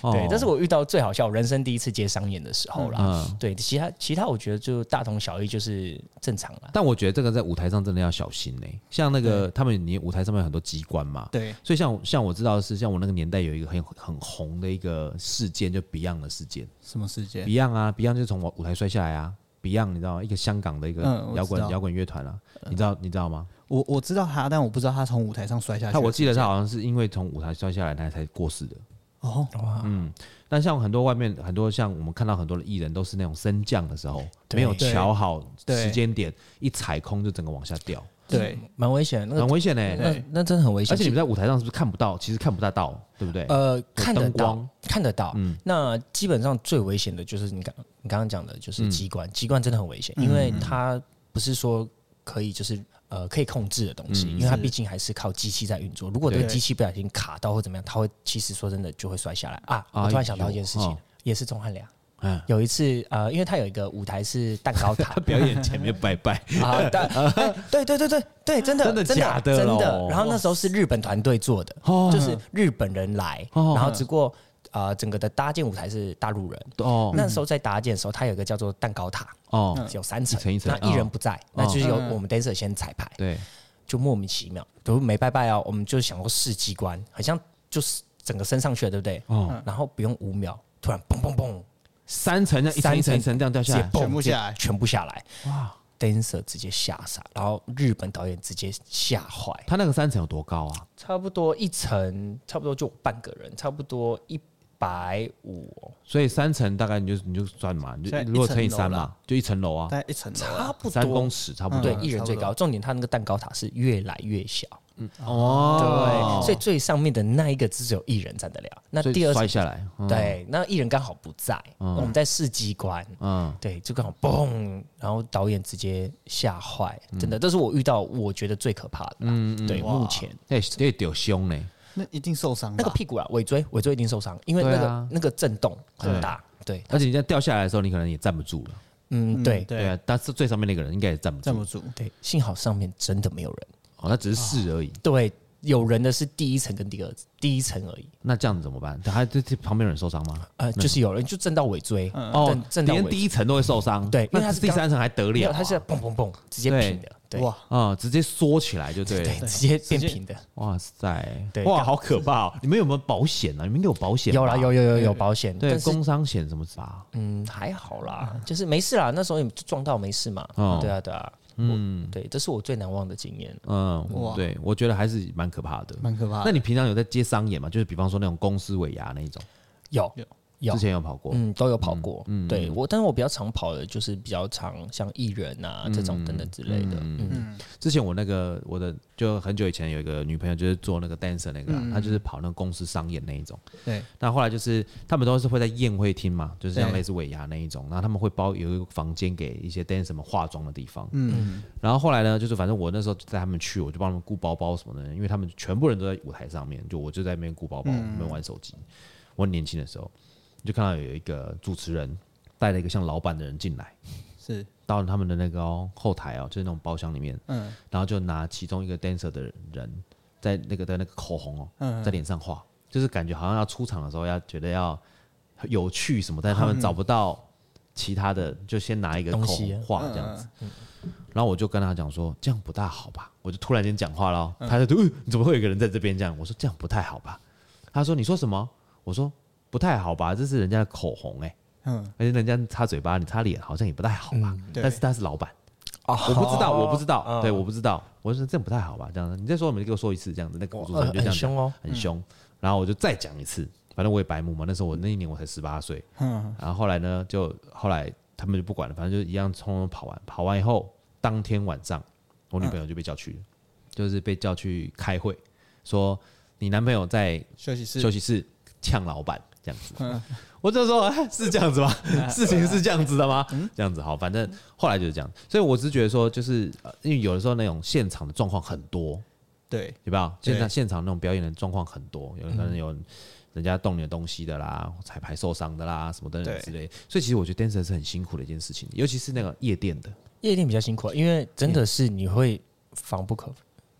Speaker 1: 哦
Speaker 3: 对，这是我遇到最好笑，我人生第一次接商演的时候啦。
Speaker 1: 嗯，
Speaker 3: 对，其他其他我觉得就大同小异，就是正常啦。
Speaker 1: 但我觉得这个在舞台上真的要小心呢、像那个他们，你舞台上面有很多机关嘛，
Speaker 2: 对，
Speaker 1: 所以像我像我知道的是，像我那个年代有一个很很红的一个事件，就 Beyond 的事件
Speaker 2: 什么事件？
Speaker 1: ，Beyond 啊，Beyond 就是从舞舞台摔下来啊，Beyond 你知道吗？一个香港的一个
Speaker 2: 嗯我
Speaker 1: 摇
Speaker 2: 知
Speaker 1: 滚
Speaker 2: 道
Speaker 1: 摇滚乐团啊，你知道你知道吗？
Speaker 2: 我我知道他，但我不知道他从舞台上摔下去。
Speaker 1: 他我记得他好像是因为从舞台摔下来，他才过世的。
Speaker 2: 哦，
Speaker 1: 但像很多外面很多像我们看到很多的艺人都是那种升降的时候
Speaker 3: 对
Speaker 1: 没有瞧好
Speaker 2: 对
Speaker 1: 时间点，一踩空就整个往下掉，
Speaker 2: 对，
Speaker 3: 蛮危险的，那
Speaker 1: 很
Speaker 3: 个
Speaker 1: 危险呢、欸
Speaker 3: 那那真的很危险。
Speaker 1: 而且你们在舞台上是不是看不到？其实看不大到，对不对？
Speaker 3: 呃，看得
Speaker 1: 灯
Speaker 3: 到
Speaker 1: 光，嗯
Speaker 3: 看得到。那基本上最危险的就是你刚你刚刚讲的，
Speaker 1: 嗯
Speaker 3: 就是机关，机关真的很危险，因为它不是说可以就是呃可以控制的东西，
Speaker 1: 嗯
Speaker 3: 因为它毕竟还是靠机器在运作。如果这个
Speaker 2: 对
Speaker 3: 机器不小心卡到或怎么样，它会其实说真的就会摔下来啊！
Speaker 1: 哎
Speaker 3: 我突然想到一件事情
Speaker 1: 呦哦，
Speaker 3: 也是钟汉良
Speaker 1: 嗯。
Speaker 3: 有一次，呃，因为他有一个舞台是蛋 糕塔
Speaker 1: 表演前面拜拜，
Speaker 3: 啊，但哎对对对对对，真的
Speaker 1: 真的假的哦
Speaker 3: 真
Speaker 1: 咯
Speaker 3: 的。然后那时候是日本团队做的，
Speaker 1: 哦
Speaker 3: 就是日本人来，
Speaker 1: 哦
Speaker 3: 然后只不过呃整个的搭建舞台是大陆人。
Speaker 1: 哦
Speaker 3: 那时候在搭建的时候，它有一个叫做蛋糕塔，
Speaker 1: 哦，
Speaker 3: 有三层，哦
Speaker 1: 一层一层
Speaker 3: 那嗯一人不在，那就
Speaker 2: 嗯
Speaker 3: 是由我们 dancer 先彩排，
Speaker 1: 对，
Speaker 3: 就莫名其妙，都没拜拜哦，我们就想说试机关，好像就是整个升上去了，对不对？
Speaker 1: 哦，
Speaker 3: 然后不用五秒，突然嘣嘣嘣，
Speaker 1: 三层这样一层一层一层这样掉下
Speaker 3: 直接
Speaker 1: 来，
Speaker 3: 蹦
Speaker 2: 全部
Speaker 3: 直接
Speaker 2: 下来
Speaker 3: 全部下来。哇！dancer 直接吓傻，然后日本导演直接吓坏，
Speaker 1: 他那个三层有多高啊？
Speaker 3: 差不多一层，差不多就半个人，差不多一百五，
Speaker 1: 所以三层大概你就你就算嘛，你就
Speaker 2: 现在
Speaker 1: 如果
Speaker 2: 一层
Speaker 1: 乘以三
Speaker 2: 楼啦
Speaker 1: 嘛，就一层楼啊，
Speaker 2: 大概一层楼啊
Speaker 3: 差不
Speaker 1: 三公
Speaker 3: 多。
Speaker 1: 尺差不多
Speaker 3: 对，
Speaker 2: 嗯
Speaker 3: 一人最高。重点，它那个蛋糕塔是越来越小，
Speaker 1: 哦
Speaker 3: 对，所以最上面的那一个只有一人站得了。那
Speaker 1: 所以
Speaker 3: 第二
Speaker 1: 摔
Speaker 3: 层，
Speaker 1: 下来，嗯，
Speaker 3: 对，那一人刚好不在，我们在试机关，
Speaker 1: 嗯，
Speaker 3: 对，就刚好嘣，然后导演直接吓坏，
Speaker 1: 嗯
Speaker 3: 真的，这是我遇到我觉得最可怕的啦。对，
Speaker 2: 哇
Speaker 3: 目前
Speaker 1: 那也也丢胸呢，
Speaker 2: 那一定受伤吧。
Speaker 3: 那个屁股啊，尾椎，尾椎一定受伤，因为那
Speaker 1: 对
Speaker 3: 个、
Speaker 1: 啊
Speaker 3: 那个震动很大。对，
Speaker 1: 而且你在掉下来的时候，你可能也站不住了，
Speaker 3: 嗯，对
Speaker 1: 对
Speaker 2: 对，
Speaker 1: 啊，但是最上面那个人应该也站不
Speaker 2: 站
Speaker 1: 住
Speaker 2: 不，住。
Speaker 3: 对，幸好上面真的没有人。
Speaker 1: 哦，那
Speaker 3: 啊
Speaker 1: 只是试而已，
Speaker 3: 对，有人的是第一层跟第二第一层而已。
Speaker 1: 那这样子怎么办？他这这旁边有人受伤吗？
Speaker 3: 呃，就是有人就震到尾椎，
Speaker 1: 嗯哦
Speaker 3: 震，震到
Speaker 1: 连
Speaker 3: 尾
Speaker 1: 第一层都会受伤，
Speaker 3: 对因
Speaker 1: 那
Speaker 3: 为他是
Speaker 1: 第三层还得
Speaker 3: 没
Speaker 1: 了
Speaker 3: 有，
Speaker 1: 啊？
Speaker 3: 它是砰砰砰直接
Speaker 1: 对
Speaker 3: 平的，对，
Speaker 2: 哇，
Speaker 1: 啊，直接缩起来就对
Speaker 3: 对，
Speaker 1: 了。
Speaker 3: 直接变平的。
Speaker 1: 哇塞
Speaker 3: 对，
Speaker 1: 哇，
Speaker 3: 刚
Speaker 1: 好可怕哦！你们有没有保险啊？你们应该有保险吧，
Speaker 3: 有啦，有有有有保险，
Speaker 1: 对
Speaker 3: 但是
Speaker 1: 工伤险什么吧？
Speaker 3: 嗯还好啦，就是没事啦，那时候也撞到没事嘛
Speaker 1: 哦。
Speaker 3: 对啊对啊，嗯，对，这是我最难忘的经验。
Speaker 1: 嗯，
Speaker 2: 哇
Speaker 1: 对，我觉得还是蛮可怕的。
Speaker 2: 蛮可怕的。
Speaker 1: 那你平常有在接商演吗？就是比方说那种公司尾牙那一种，
Speaker 3: 有有
Speaker 1: 之，前有跑过。
Speaker 3: 嗯，都有跑过。对我，但是我比较常跑的就是比较常像艺人啊
Speaker 1: 嗯
Speaker 3: 这种等等之类的。嗯，
Speaker 1: 之前我那个我的就很久以前有一个女朋友，就是做那个 dancer 那个啊，她就是跑那个公司商演那一种。
Speaker 2: 对，
Speaker 1: 那后来就是他们都是会在宴会厅嘛，就是像
Speaker 2: 对
Speaker 1: 类似尾牙那一种，然后他们会包有一个房间给一些 dancer 们化妆的地方。嗯，然后后来呢，就是反正我那时候就带他们去，我就帮他们顾包包什么的，因为他们全部人都在舞台上面，就我就在那边顾包包，我们玩手机。我很年轻的时候，就看到有一个主持人带了一个像老板的人进来。
Speaker 2: 是
Speaker 1: 到他们的那个、哦、后台哦，就是那种包厢里面，
Speaker 2: 嗯
Speaker 1: 然后就拿其中一个 dancer 的人在那个的那个口红哦，在脸上画，就是感觉好像要出场的时候要觉得要有趣什么，但是他们找不到其他的，就先拿一个口
Speaker 3: 东西
Speaker 1: 红
Speaker 3: 啊
Speaker 1: 画这样子。然后我就跟他讲说，这样不大好吧？我就突然间讲话了哦，他就对、呃你怎么会有一个人在这边这样？我说这样不太好吧？他说你说什么？我说不太好吧，这是人家的口红哎、
Speaker 2: 嗯，
Speaker 1: 而且人家擦嘴巴，你擦脸好像也不太好吧？
Speaker 2: 对
Speaker 1: 但是他是老板，
Speaker 3: 哦嗯
Speaker 1: 我不知道，我不知道，对，我不知道。我说这样不太好吧？这样，你再说，你给我说一次，这样子，那个主持人就这样
Speaker 3: 很
Speaker 1: 讲
Speaker 3: 凶哦。
Speaker 1: 很凶。然后我就再讲一次，反正我也白目嘛。那时候我那一年我才十八岁，
Speaker 2: 嗯
Speaker 1: 然后后来呢，就后来他们就不管了，反正就一样匆匆跑完。跑完以后，当天晚上我女朋友就被叫去了，就是被叫去开会，说你男朋友在
Speaker 2: 休息室
Speaker 1: 休息室呛老板这样
Speaker 3: 嗯
Speaker 1: 子。我就说哎是这样子吗？ 事情是这样子的吗？
Speaker 3: 嗯
Speaker 1: 这样子好，反正后来就是这样。所以我只是觉得说，就是呃因为有的时候那种现场的状况很多，
Speaker 2: 对
Speaker 1: 对吧？
Speaker 2: 对
Speaker 1: 现场现场那种表演的状况很多，有人
Speaker 3: 嗯
Speaker 1: 可能有人家动你的东西的啦，彩排受伤的啦，什么等等之类。所以其实我觉得 dancer 是很辛苦的一件事情，尤其是那个夜店的。
Speaker 3: 夜店比较辛苦啊，因为真的是你会防不可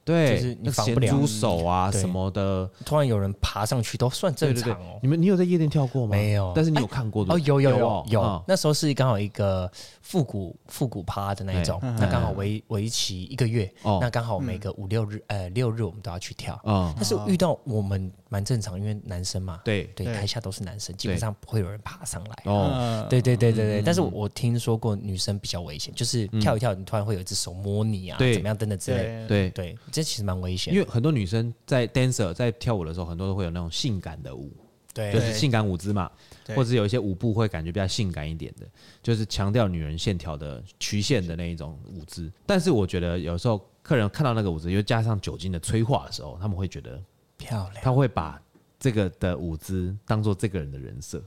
Speaker 1: 对，
Speaker 3: 就是你
Speaker 1: 那
Speaker 3: 防
Speaker 1: 咸
Speaker 3: 不了
Speaker 1: 猪手啊
Speaker 3: 对
Speaker 1: 什么的，
Speaker 3: 突然有人爬上去都算正常哦。
Speaker 1: 你们你有在夜店跳过吗？
Speaker 3: 没有
Speaker 1: 但是你有看过的
Speaker 3: 哦，有有
Speaker 1: 哦
Speaker 3: 有有
Speaker 1: 嗯，
Speaker 3: 那时候是刚好一个复古复古趴的那一种，
Speaker 2: 哎
Speaker 3: 那刚好为为期一个月，
Speaker 1: 哦
Speaker 3: 那刚好每个五六日呃六日我们都要去跳，
Speaker 1: 嗯，
Speaker 3: 但是遇到我们蛮正常，因为男生嘛，
Speaker 1: 对
Speaker 3: 对，
Speaker 2: 对
Speaker 3: 台下都是男生，基本上不会有人爬上来。
Speaker 1: 哦，
Speaker 2: 呃
Speaker 3: 对对对对对，但是我我听说过女生比较危险，就是跳一跳，你突然会有一只手摸你啊，
Speaker 1: 对
Speaker 3: 怎么样等等之
Speaker 2: 嗯
Speaker 3: 类。
Speaker 1: 对，
Speaker 2: 对
Speaker 3: 对，这其实蛮危险
Speaker 1: 因
Speaker 3: 的。
Speaker 1: 为很多女生在 dancer 在跳舞的时候，很多都会有那种性感的舞，就
Speaker 3: 对
Speaker 1: 是性感舞姿嘛，
Speaker 2: 对
Speaker 1: 或者有一些舞步会感觉比较性感一点的，就是强调女人线条的曲线的那一种舞姿。但是我觉得有时候客人看到那个舞姿，又加上酒精的催化的时候，他们会觉得
Speaker 3: 漂亮，
Speaker 1: 他会把这个的舞姿当做这个人的人设，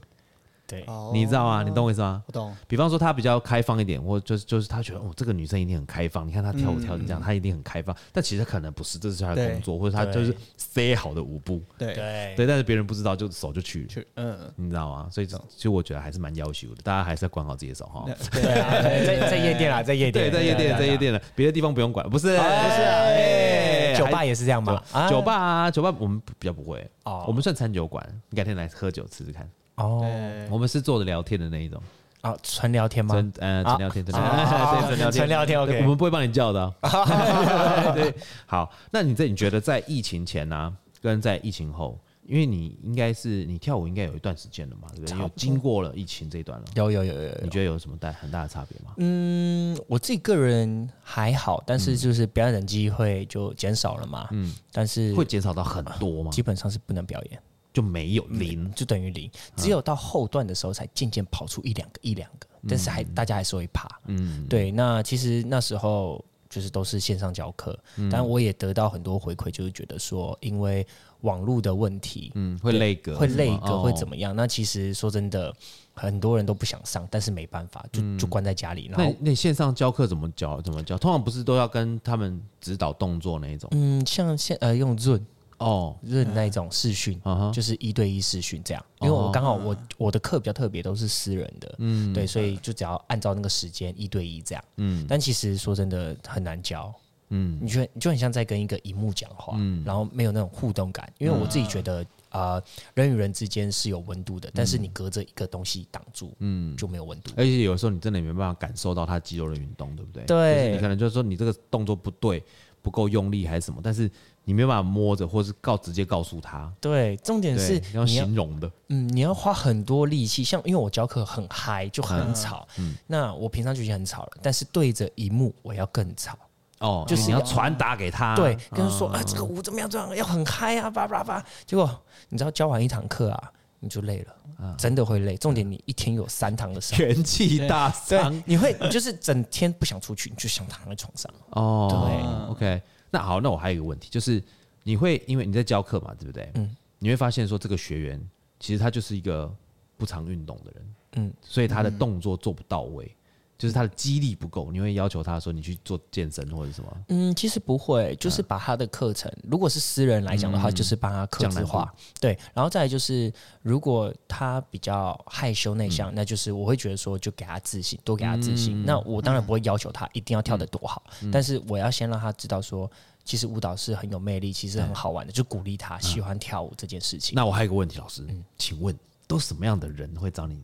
Speaker 3: 对
Speaker 2: 哦
Speaker 1: 你知道啊吗？你懂我意思吗？
Speaker 2: 我懂，
Speaker 1: 比方说她比较开放一点，或就是就是她觉得哦，这个女生一定很开放。你看她跳舞跳成这样，她一定很开放。但其实可能不是，这是她的
Speaker 2: 对
Speaker 1: 工作，或者她
Speaker 3: 对
Speaker 1: 就是塞好的舞步。
Speaker 2: 对，
Speaker 3: 对
Speaker 1: 对，但是别人不知道，就手就去了，
Speaker 2: 去嗯，
Speaker 1: 你知道吗？所以这其实我觉得还是蛮要求的，大家还是要管好自己的手哈
Speaker 2: 那。
Speaker 3: 对
Speaker 2: 对
Speaker 3: 啊，在 在夜店啦，在夜
Speaker 1: 对，
Speaker 3: 店，
Speaker 1: 在夜店，
Speaker 3: 啊
Speaker 1: 在夜，店了，别的地方不用管，不是？不是
Speaker 3: 哎酒吧也是这样嘛，啊
Speaker 1: 酒吧啊，酒吧我们比较不会，
Speaker 3: 哦
Speaker 1: 我们算餐酒馆。你改天来喝酒试试看，
Speaker 3: 哦
Speaker 2: 对
Speaker 1: 我们是坐着聊天的那一种，
Speaker 3: 啊，纯聊天吗？
Speaker 1: 纯呃纯聊天，纯聊
Speaker 3: 啊
Speaker 1: 天， 对，纯聊天，
Speaker 3: 纯聊天
Speaker 1: 对
Speaker 3: OK。
Speaker 1: 我们不会帮你叫的 啊、对，好，那你这你觉得在疫情前呢、跟在疫情后，因为你应该是你跳舞应该有一段时间了嘛，对不对？有经过了疫情这一段了，
Speaker 3: 有有有有有
Speaker 1: 你觉得有什么大很大的差别吗？
Speaker 3: 啊嗯，我自己个人还好，但是就是表演的机会就减少了嘛。嗯，但是
Speaker 1: 会减少到很多吗？
Speaker 3: 基本上是不能表演，
Speaker 1: 就没有
Speaker 3: 嗯
Speaker 1: 零。
Speaker 3: 就等于零。只有到后段的时候才渐渐跑出一两个一两个，但是还、大家还是会怕。
Speaker 1: 嗯，
Speaker 3: 对，那其实那时候就是都是线上教课，
Speaker 1: 嗯
Speaker 3: 但我也得到很多回馈，就是觉得说因为网络的问题，
Speaker 1: 嗯，会累格，
Speaker 3: 会累
Speaker 1: 是
Speaker 3: 个
Speaker 1: 吗
Speaker 3: 会怎？
Speaker 1: 哦
Speaker 3: 么样？那其实说真的，很多人都不想上，但是没办法，就、就关在家里。然
Speaker 1: 嗯那
Speaker 3: 后
Speaker 1: 你，那你线上教课怎么教？怎么教？通常不是都要跟他们指导动作那一种？
Speaker 3: 嗯，像现呃用 Zoom
Speaker 1: 哦，
Speaker 3: Zoom 那一种视讯，
Speaker 1: 啊哈，
Speaker 3: 就是一对一视讯这样。因为我刚好我我的课比较特别，都是私人的，
Speaker 1: 嗯，
Speaker 3: 对，所以就只要按照那个时间一对一这样。
Speaker 1: 嗯
Speaker 3: 但其实说真的很难教，
Speaker 1: 嗯
Speaker 3: 你觉得你就很像在跟一个荧幕讲话，
Speaker 1: 嗯
Speaker 3: 然后没有那种互动感。因为我自己觉得啊、呃人与人之间是有温度的，但是你隔着一个东西挡住，
Speaker 1: 嗯，
Speaker 3: 就没有温度。
Speaker 1: 而且有时候你真的也没办法感受到他肌肉的运动，对不对？
Speaker 3: 对
Speaker 1: 就是你可能就是说你这个动作不对，不够用力还是什么，但是你没办法摸着，或是告直接告诉他，
Speaker 3: 对，重点是
Speaker 1: 对，要
Speaker 3: 你要
Speaker 1: 形容的，
Speaker 3: 嗯，你要花很多力气，像因为我教课很嗨，就很吵。那我平常就已经很吵了，但是对着荧幕我要更吵。
Speaker 1: 哦，
Speaker 3: 就是
Speaker 1: 你要传达给他，
Speaker 3: 对，跟他说啊，这个舞怎么样？怎么样？要很嗨啊，叭叭叭。结果你知道教完一堂课啊，你就累了，真的会累。重点你一天有三堂的上，
Speaker 1: 元气大伤
Speaker 3: 对，你会你就是整天不想出去，你就想躺在床上。
Speaker 1: 哦。OK，那好，那我还有一个问题，就是你会因为你在教课嘛，对不对？嗯，你会发现说这个学员其实他就是一个不常运动的人，
Speaker 3: 嗯，
Speaker 1: 所以他的动作做不到位。就是他的肌力不够，你会要求他说你去做健身或者什么？
Speaker 3: 嗯，其实不会，就是
Speaker 1: 嗯
Speaker 3: 把他的课程，如果是私人来讲的话，就是帮他客制
Speaker 1: 降难
Speaker 3: 化。对，然后再来就是，如果他比较害羞内
Speaker 1: 嗯
Speaker 3: 向，那就是我会觉得说，就给他自信，多给他自信。那我当然
Speaker 1: 嗯
Speaker 3: 不会要求他一定要跳得多好，但是我要先让他知道说，其实舞蹈是很有魅力，其实很好玩的，就鼓励他喜欢跳舞这件事情。
Speaker 1: 嗯那我还有一个问题，老师，
Speaker 3: 嗯
Speaker 1: 请问都什么样的人会找你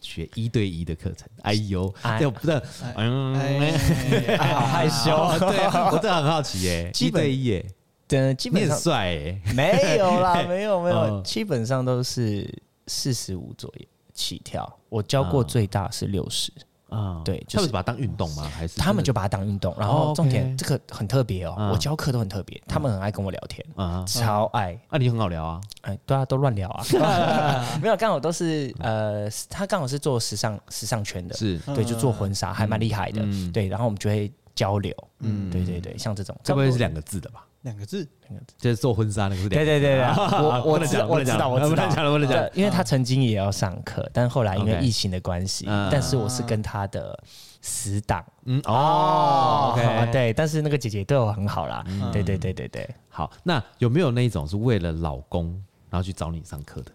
Speaker 1: 学一对一的课程？哎呦，
Speaker 3: 哎
Speaker 1: 这不是，嗯，
Speaker 2: 哎
Speaker 3: 好害羞
Speaker 1: 哦， 对啊，我真的很好奇耶，一
Speaker 3: 基本
Speaker 1: 对一耶，
Speaker 3: 嗯，基
Speaker 1: 你
Speaker 3: 本
Speaker 1: 很
Speaker 3: 上
Speaker 1: 帅耶，
Speaker 3: 没有 啦，没有没有，
Speaker 1: 嗯
Speaker 3: 基本上都是四十五左右起跳。我教
Speaker 1: 嗯
Speaker 3: 过最大是六十、
Speaker 1: 啊，
Speaker 3: 对就是
Speaker 1: 他们是把它当运动吗？还是
Speaker 3: 他们就把它当运动。然后
Speaker 1: 嗯哦
Speaker 3: 重点、
Speaker 1: OK
Speaker 3: 这个很特别哦，
Speaker 1: 嗯
Speaker 3: 我教课都很特别，他们很爱跟我聊天，
Speaker 1: 啊？
Speaker 3: 超爱。
Speaker 1: 啊，你很好聊啊，
Speaker 3: 哎，对啊，都乱聊啊， 没有，刚好都是呃，他刚好是做时尚时尚圈的，
Speaker 1: 是嗯
Speaker 3: 对，就做婚纱，还蛮厉害的，对。然后我们就会交流，嗯，对对对，像这种，
Speaker 1: 该
Speaker 3: 差
Speaker 1: 不
Speaker 3: 多
Speaker 1: 会是两个字的吧？
Speaker 2: 两个字，
Speaker 1: 就是做婚纱那个是
Speaker 3: 对
Speaker 1: 两个字，
Speaker 3: 对对对，
Speaker 1: 啊
Speaker 3: 我 我
Speaker 1: 不能
Speaker 3: 知
Speaker 1: 讲
Speaker 3: 我知道我知
Speaker 1: 不能
Speaker 3: 道
Speaker 1: 讲了，不能讲了，
Speaker 3: 对，因为他曾经也要上课，但后来因为
Speaker 1: 嗯 OK
Speaker 3: 疫情的关系
Speaker 1: 嗯，
Speaker 3: 但是我是跟他的死党
Speaker 1: 嗯，哦，OK，嗯
Speaker 3: 对，但是那个姐姐对我很好啦，对对对对对，
Speaker 1: 好，那有没有那一种是为了老公 然后去找你上课的？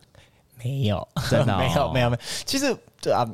Speaker 3: 没有，
Speaker 1: 真的哦
Speaker 3: 没有没有没有，其实对啊。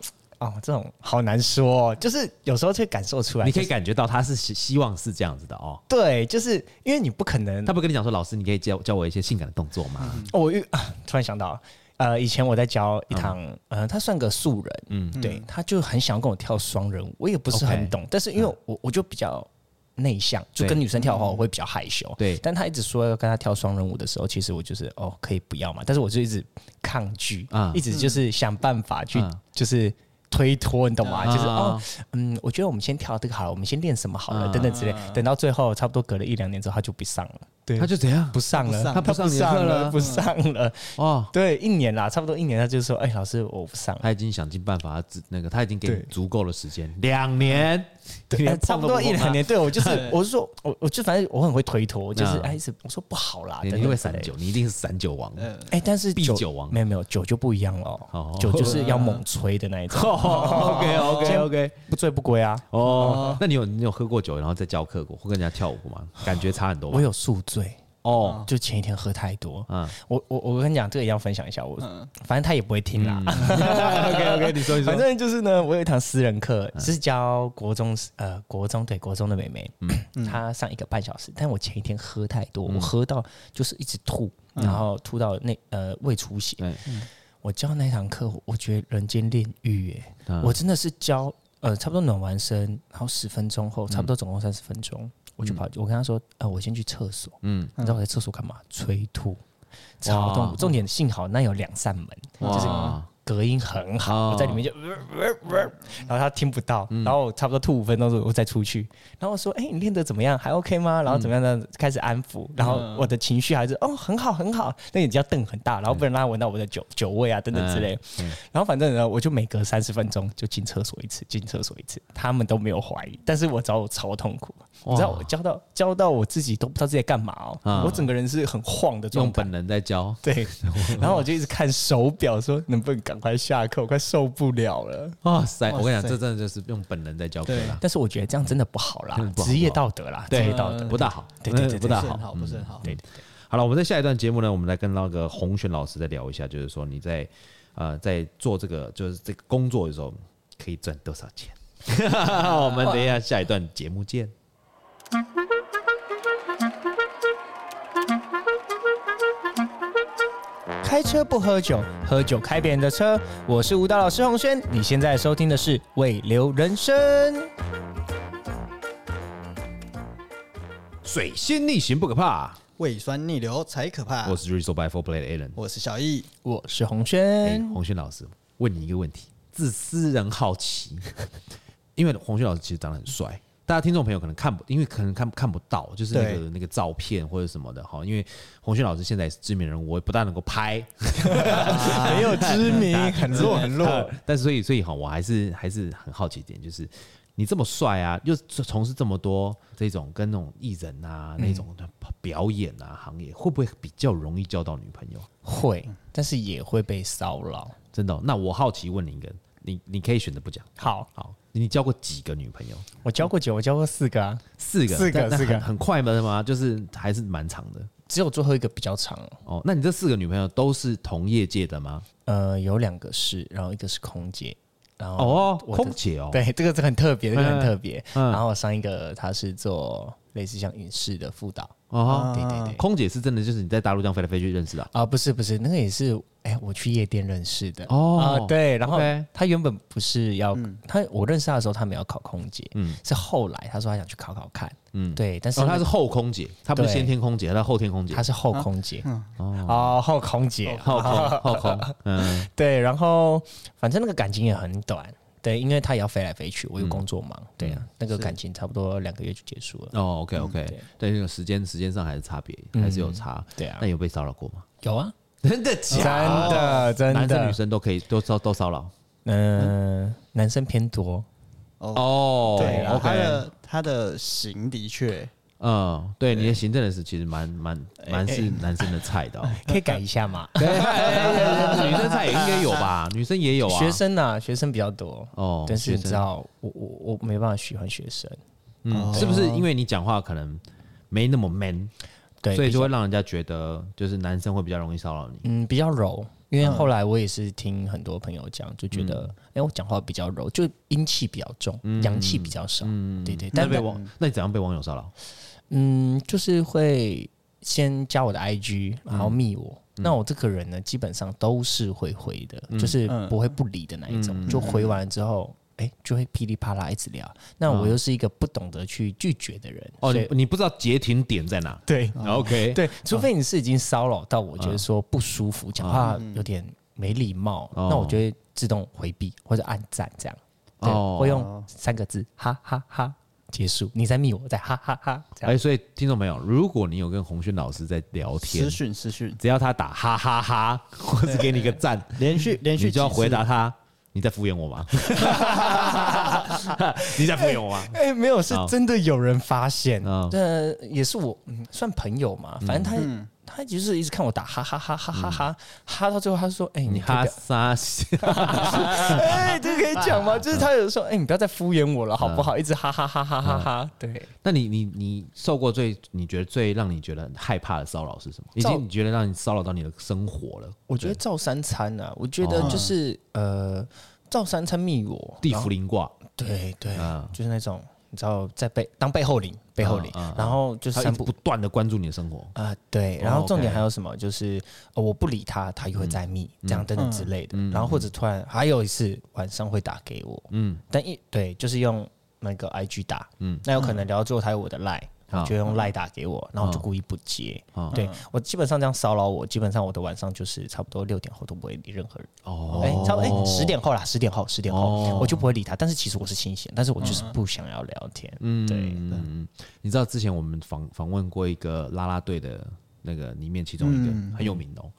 Speaker 3: 哦，这种好难说、哦，就是有时候却感受出来，
Speaker 1: 你可以
Speaker 3: 就是
Speaker 1: 感觉到他是希希望是这样子的哦。
Speaker 3: 对，就是因为你不可能
Speaker 1: 他，不跟你讲说，老师，你可以教教我一些性感的动作吗？
Speaker 3: 哦我遇、啊突然想到，呃，以前我在教一堂，呃，他算个素人，
Speaker 1: 嗯
Speaker 3: 对，他就很想跟我跳双人舞，我也不是很
Speaker 1: OK 嗯
Speaker 3: 懂但是因为我我就比较内向，就
Speaker 1: 对嗯
Speaker 3: 跟女生跳的话，我会比较害羞。
Speaker 1: 对
Speaker 3: 但他一直说要跟他跳双人舞的时候，其实我就是哦，可以不要嘛，但是我就一直抗拒，
Speaker 1: 啊
Speaker 3: 一直就是想办法去，
Speaker 1: 嗯
Speaker 3: 就是。推脱，你懂吗？就是
Speaker 1: 啊
Speaker 3: 哦，嗯，我觉得我们先跳这个好了，我们先练什么好了，
Speaker 1: 啊
Speaker 3: 等等之类。等到最后，差不多隔了一两年之后，他就不上了，对
Speaker 1: 他就怎样
Speaker 3: 不？上了，
Speaker 1: 他不上你的课了
Speaker 3: 不上了。
Speaker 1: 哦，
Speaker 3: 对，一年啦，差不多一年，他就说：“哎、老师，我不上了。
Speaker 1: 他已经想尽办法，他只那个他已经给你
Speaker 3: 对
Speaker 1: 足够的时间，两年， 你
Speaker 3: 哎
Speaker 1: 连
Speaker 3: 差
Speaker 1: 碰
Speaker 3: 不
Speaker 1: 都
Speaker 3: 多
Speaker 1: 碰
Speaker 3: 一两
Speaker 1: 他，
Speaker 3: 年，对我就是， 我是说，我我就反正我很会推脱，就是
Speaker 1: 嗯
Speaker 3: 哎，一直我说不好啦，
Speaker 1: 你
Speaker 3: 等
Speaker 1: 你
Speaker 3: 等
Speaker 1: 会
Speaker 3: 之
Speaker 1: 散
Speaker 3: 类的
Speaker 1: 酒，你一定是散酒王。
Speaker 3: 哎，但是
Speaker 1: 必酒王
Speaker 3: 没有没有酒就不一样了
Speaker 1: 哦
Speaker 3: 哦，酒就是要猛吹的那一种，
Speaker 1: OK
Speaker 3: 哦
Speaker 1: OK OK，
Speaker 3: 不醉不归啊。
Speaker 1: 哦，那你有你有喝过酒，然后再教课过，或跟人家跳舞吗？感觉差很多吧。
Speaker 3: 我有宿醉，
Speaker 1: 哦，
Speaker 3: 就前一天喝太多。
Speaker 1: 嗯，
Speaker 3: 我我我跟你讲，这个一定要分享一下，我反正他也不会听
Speaker 1: 嗯
Speaker 3: 啦。
Speaker 1: OK OK，你说嗯
Speaker 3: 反正就是呢，我有一堂私人课是教国中呃国中对国中的妹妹，
Speaker 1: 嗯
Speaker 3: 她上一个半小时，但我前一天喝太多，我喝到就是一直吐，然后吐到那呃胃出血。
Speaker 1: 嗯
Speaker 3: 嗯
Speaker 1: 对，
Speaker 3: 我教那堂课，我觉得人间炼狱耶，
Speaker 1: 嗯
Speaker 3: 我真的是教呃差不多暖完身，然后十分钟
Speaker 1: 嗯
Speaker 3: 后，差不多总共三十分钟，我就跑，我跟她说，呃，我先去厕所，
Speaker 1: 嗯，
Speaker 3: 你知道我在厕所干嘛？催吐。超痛苦！重点幸好那有两扇门，嗯就是
Speaker 1: 哇，
Speaker 3: 隔音很
Speaker 1: 哦嗯
Speaker 3: 好，我在里面就，呃呃呃然后他听不到，然后我差不多吐五分钟之后我再出去，然后我说，哎、你练得怎么样？还 OK 吗？然后怎么样呢？开始安抚，然后我的情绪还是哦很好很好，那眼睛要瞪很大，然后不能让他闻到我的酒酒味啊等等之类的
Speaker 1: 嗯嗯嗯
Speaker 3: 然后反正呢，我就每隔三十分钟就进厕所一次，进厕所一次，他们都没有怀疑，但是我找我超痛苦，你知道我教到教到我自己都不知道自己在干嘛哦，
Speaker 1: 嗯
Speaker 3: 我整个人是很晃的状
Speaker 1: 用
Speaker 3: 态
Speaker 1: 本。能在教，
Speaker 3: 对，然后我就一直看手表，说能不能赶快下课，我快受不了了。
Speaker 1: 哇哦塞！我跟你讲，
Speaker 2: 哇塞
Speaker 1: 这真的就是用本能在教课
Speaker 2: 对
Speaker 1: 啦，
Speaker 3: 但是我觉得这样真的不好啦
Speaker 1: 真的，不好
Speaker 3: 职业道德啦，职
Speaker 1: 对
Speaker 3: 业道德
Speaker 2: 嗯
Speaker 1: 不大好，
Speaker 3: 对对对对
Speaker 1: 不
Speaker 2: 不
Speaker 1: 大
Speaker 2: 是
Speaker 1: 好嗯
Speaker 2: 很，好，不是很好。
Speaker 3: 对对
Speaker 1: 好了，我们在下一段节目呢，我们来跟那个洪璇老师再聊一下，就是说你在呃在做这个就是这个工作的时候可以赚多少 钱？我们等一下下一段节目见。
Speaker 3: 对开车不喝酒，喝酒开别人的车。我是舞蹈老师洪轩，你现在收听的是《未留人生》。
Speaker 1: 水星逆行不可怕，
Speaker 2: 胃酸逆流才可怕。
Speaker 1: 我是 Rizzo by Four Play 的 Alan。
Speaker 2: 我是小易，
Speaker 3: 我是洪
Speaker 1: 哎、
Speaker 3: 轩，
Speaker 1: 洪璇老师，问你一个问题，自私人好奇， 因为洪璇老师其实长得很帅。大家听众朋友可能看不，因为可能看看不到，就是那个
Speaker 2: 对
Speaker 1: 那个照片或者什么的哈。因为洪轩老师现在也是知名人物，我也不大能够拍，
Speaker 3: 没哎有知名，
Speaker 1: 哎
Speaker 3: 很弱很弱。
Speaker 1: 但是所以所以哈，我还是还是很好奇一点，就是你这么帅啊，又从事这么多这种跟那种艺人啊、那种
Speaker 3: 嗯
Speaker 1: 的表演啊行业，会不会比较容易交到女朋友？
Speaker 3: 会，但是也会被骚扰。
Speaker 1: 真的哦、那我好奇问你一个，你你可以选择不讲。
Speaker 3: 好，
Speaker 1: 好，你交过几个女朋友？
Speaker 3: 我教过酒，我教过四个啊，
Speaker 1: 四个，
Speaker 3: 四个
Speaker 1: 但但
Speaker 3: 四个嗯
Speaker 1: 很很快的吗？就是还是蛮长的
Speaker 3: 只有最后一个比较长。
Speaker 1: 哦。那你这四个女朋友都是同业界的吗？
Speaker 3: 呃，有两个是，然后一个是空姐，然后
Speaker 1: 哦，
Speaker 3: 我的
Speaker 1: 空姐哦，
Speaker 3: 对，这个是很特别，这个
Speaker 1: 嗯
Speaker 3: 很特别。
Speaker 1: 嗯
Speaker 3: 然后上一个他是做类似像影视的辅导，
Speaker 1: 哦，
Speaker 3: 对对对，
Speaker 1: 空姐是真的，就是你在大陆这样飞来飞去认识的啊
Speaker 3: 啊，不是不是，那个也是，哎，我去夜店认识的。
Speaker 1: 哦
Speaker 3: 啊对，然后
Speaker 1: OK
Speaker 3: 他原本不是要他，我认识他的时候，他没有考空姐，
Speaker 1: 嗯
Speaker 3: 是后来他说他想去考考看，
Speaker 1: 嗯，
Speaker 3: 对，但是
Speaker 1: 哦，她是后空姐，她不是
Speaker 3: 对
Speaker 1: 先天空姐，她是后天空姐
Speaker 3: 他。是后空姐，
Speaker 1: 哦，
Speaker 3: 哦，后空姐，
Speaker 1: 后空后空，嗯，
Speaker 3: 对，然后反正那个感情也很短，对，因为他也要飞来飞去，我
Speaker 1: 嗯
Speaker 3: 有工作忙，对啊，那个感情差不多两个月就结束了，
Speaker 1: 哦，OK OK，对，那个时间时间上还是差别，还是有差。
Speaker 3: 对啊
Speaker 1: 那，有被骚扰过吗？
Speaker 3: 有啊，
Speaker 1: 真的
Speaker 3: 真
Speaker 1: 假？
Speaker 3: 的真的，
Speaker 1: 男生女生都可以，都骚都骚扰。
Speaker 3: 嗯，男生偏多，
Speaker 1: 哦，
Speaker 2: 对啊，他
Speaker 1: ，OK，
Speaker 2: 的他的型的确，
Speaker 1: 嗯，对，你的行政的是其实蛮蛮蛮是男生的菜的哦。
Speaker 3: 可以改一下 嘛？
Speaker 1: 对，女生菜也应该有吧？女生也有啊。
Speaker 3: 学生呐，学生比较多
Speaker 1: 哦
Speaker 3: 但是你
Speaker 1: 学生
Speaker 3: 知道，我我我没办法喜欢学生，
Speaker 1: 嗯，是不是因为你讲话可能没那么 man，
Speaker 3: 对，
Speaker 1: 所以就
Speaker 3: 比较
Speaker 1: 会让人家觉得就是男生会比较容易骚扰你？
Speaker 3: 嗯比较柔，因为后来我也是听很多朋友讲，就觉
Speaker 1: 嗯
Speaker 3: 得，哎、我讲话比较柔，就阴气比较重，阳、气比较少，对对
Speaker 1: 嗯那
Speaker 3: 但
Speaker 1: 被网，那你怎样被网友骚扰？
Speaker 3: 嗯，就是会先加我的 IG，然
Speaker 1: 嗯
Speaker 3: 后密我。那我这个人呢，基本上都是会回的，
Speaker 1: 嗯
Speaker 3: 就是不会不理的那一种。就回完了之后，哎、就会噼里啪啦一直聊。那我又是一个不懂得去拒绝的人，
Speaker 1: 嗯哦，
Speaker 3: 所
Speaker 1: 你
Speaker 3: 以
Speaker 1: 你不嗯知道截停点在哪
Speaker 3: 对
Speaker 1: ？OK，
Speaker 3: 对，除非你是已经骚扰到
Speaker 1: 嗯
Speaker 3: 我觉得说不舒服，讲话有点没礼貌，
Speaker 1: 哦
Speaker 3: 那我就会自动回避或者按赞这样。对，
Speaker 1: 哦
Speaker 3: 会用三个字哈哈哈结束，你在密我，我在哈哈哈这样。
Speaker 1: 哎，所以听众朋友，如果你有跟洪轩老师在聊天
Speaker 2: 私，讯私讯，
Speaker 1: 只要他打哈哈哈或是给你个赞，
Speaker 2: 连续连续
Speaker 1: 你就要
Speaker 2: 几次
Speaker 1: 回答他，你在敷衍我 吗？你在敷衍我吗？
Speaker 3: 哎、没有，是
Speaker 1: 好
Speaker 3: 真的有人发现
Speaker 1: 哦，
Speaker 3: 呃，也是我、嗯、算朋友嘛，反正他、他就是一直看我打哈哈哈哈哈哈、哈到最后，他说：“哎、
Speaker 1: 嗯你
Speaker 3: 你
Speaker 1: 哈
Speaker 3: 哈，
Speaker 1: 撒笑，
Speaker 3: 哎、这个可以讲吗？”就是他有说：“哎、你不要再敷衍我了，好
Speaker 1: 嗯
Speaker 3: 不好？”一直哈哈哈哈哈哈，对。
Speaker 1: 那你你你受过最你觉得最让你觉得害怕的骚扰是什么？已
Speaker 3: 照
Speaker 1: 经你觉得让你骚扰到你的生活了，
Speaker 3: 我觉得照三餐啊，我觉得就是、呃，照三餐密我，
Speaker 1: 嗯地
Speaker 3: 然
Speaker 1: 府
Speaker 3: 后
Speaker 1: 灵卦，
Speaker 3: 对对、
Speaker 1: 嗯
Speaker 3: 就是那种你知道在背当背后领背后领、
Speaker 1: 嗯嗯
Speaker 3: 然后就
Speaker 1: 他
Speaker 3: 是
Speaker 1: 一
Speaker 3: 三
Speaker 1: 直
Speaker 3: 不
Speaker 1: 不断的关注你的生活。
Speaker 3: 啊、
Speaker 1: 哦
Speaker 3: 对，然后重点
Speaker 1: OK 嗯
Speaker 3: 还有什么？就是、呃我不理他，他又会再密、这样等等之类的、然后或者突然还有一次晚上会打给我，
Speaker 1: 嗯，
Speaker 3: 但一对就是用那个 IG 打，
Speaker 1: 嗯
Speaker 3: 嗯，那有可能聊到最后他有我的 line，、
Speaker 1: 好
Speaker 3: 就用 line 打给我，然后我就
Speaker 1: 嗯
Speaker 3: 故意不接。
Speaker 1: 嗯
Speaker 3: 对我基本上这样骚扰我，基本上我的晚上就是差不多六点后都不会理任何人。
Speaker 1: 哦
Speaker 3: 哎、差不多哎十、点后啦，十点后，十点后、
Speaker 1: 哦
Speaker 3: 我就不会理他。但是其实我是清闲，但是我就是不想要聊天。嗯，对，
Speaker 1: 嗯，你知道之前我们访访问过一个啦啦队的那个里面其中一个、
Speaker 2: 嗯
Speaker 1: 很有名的、哦，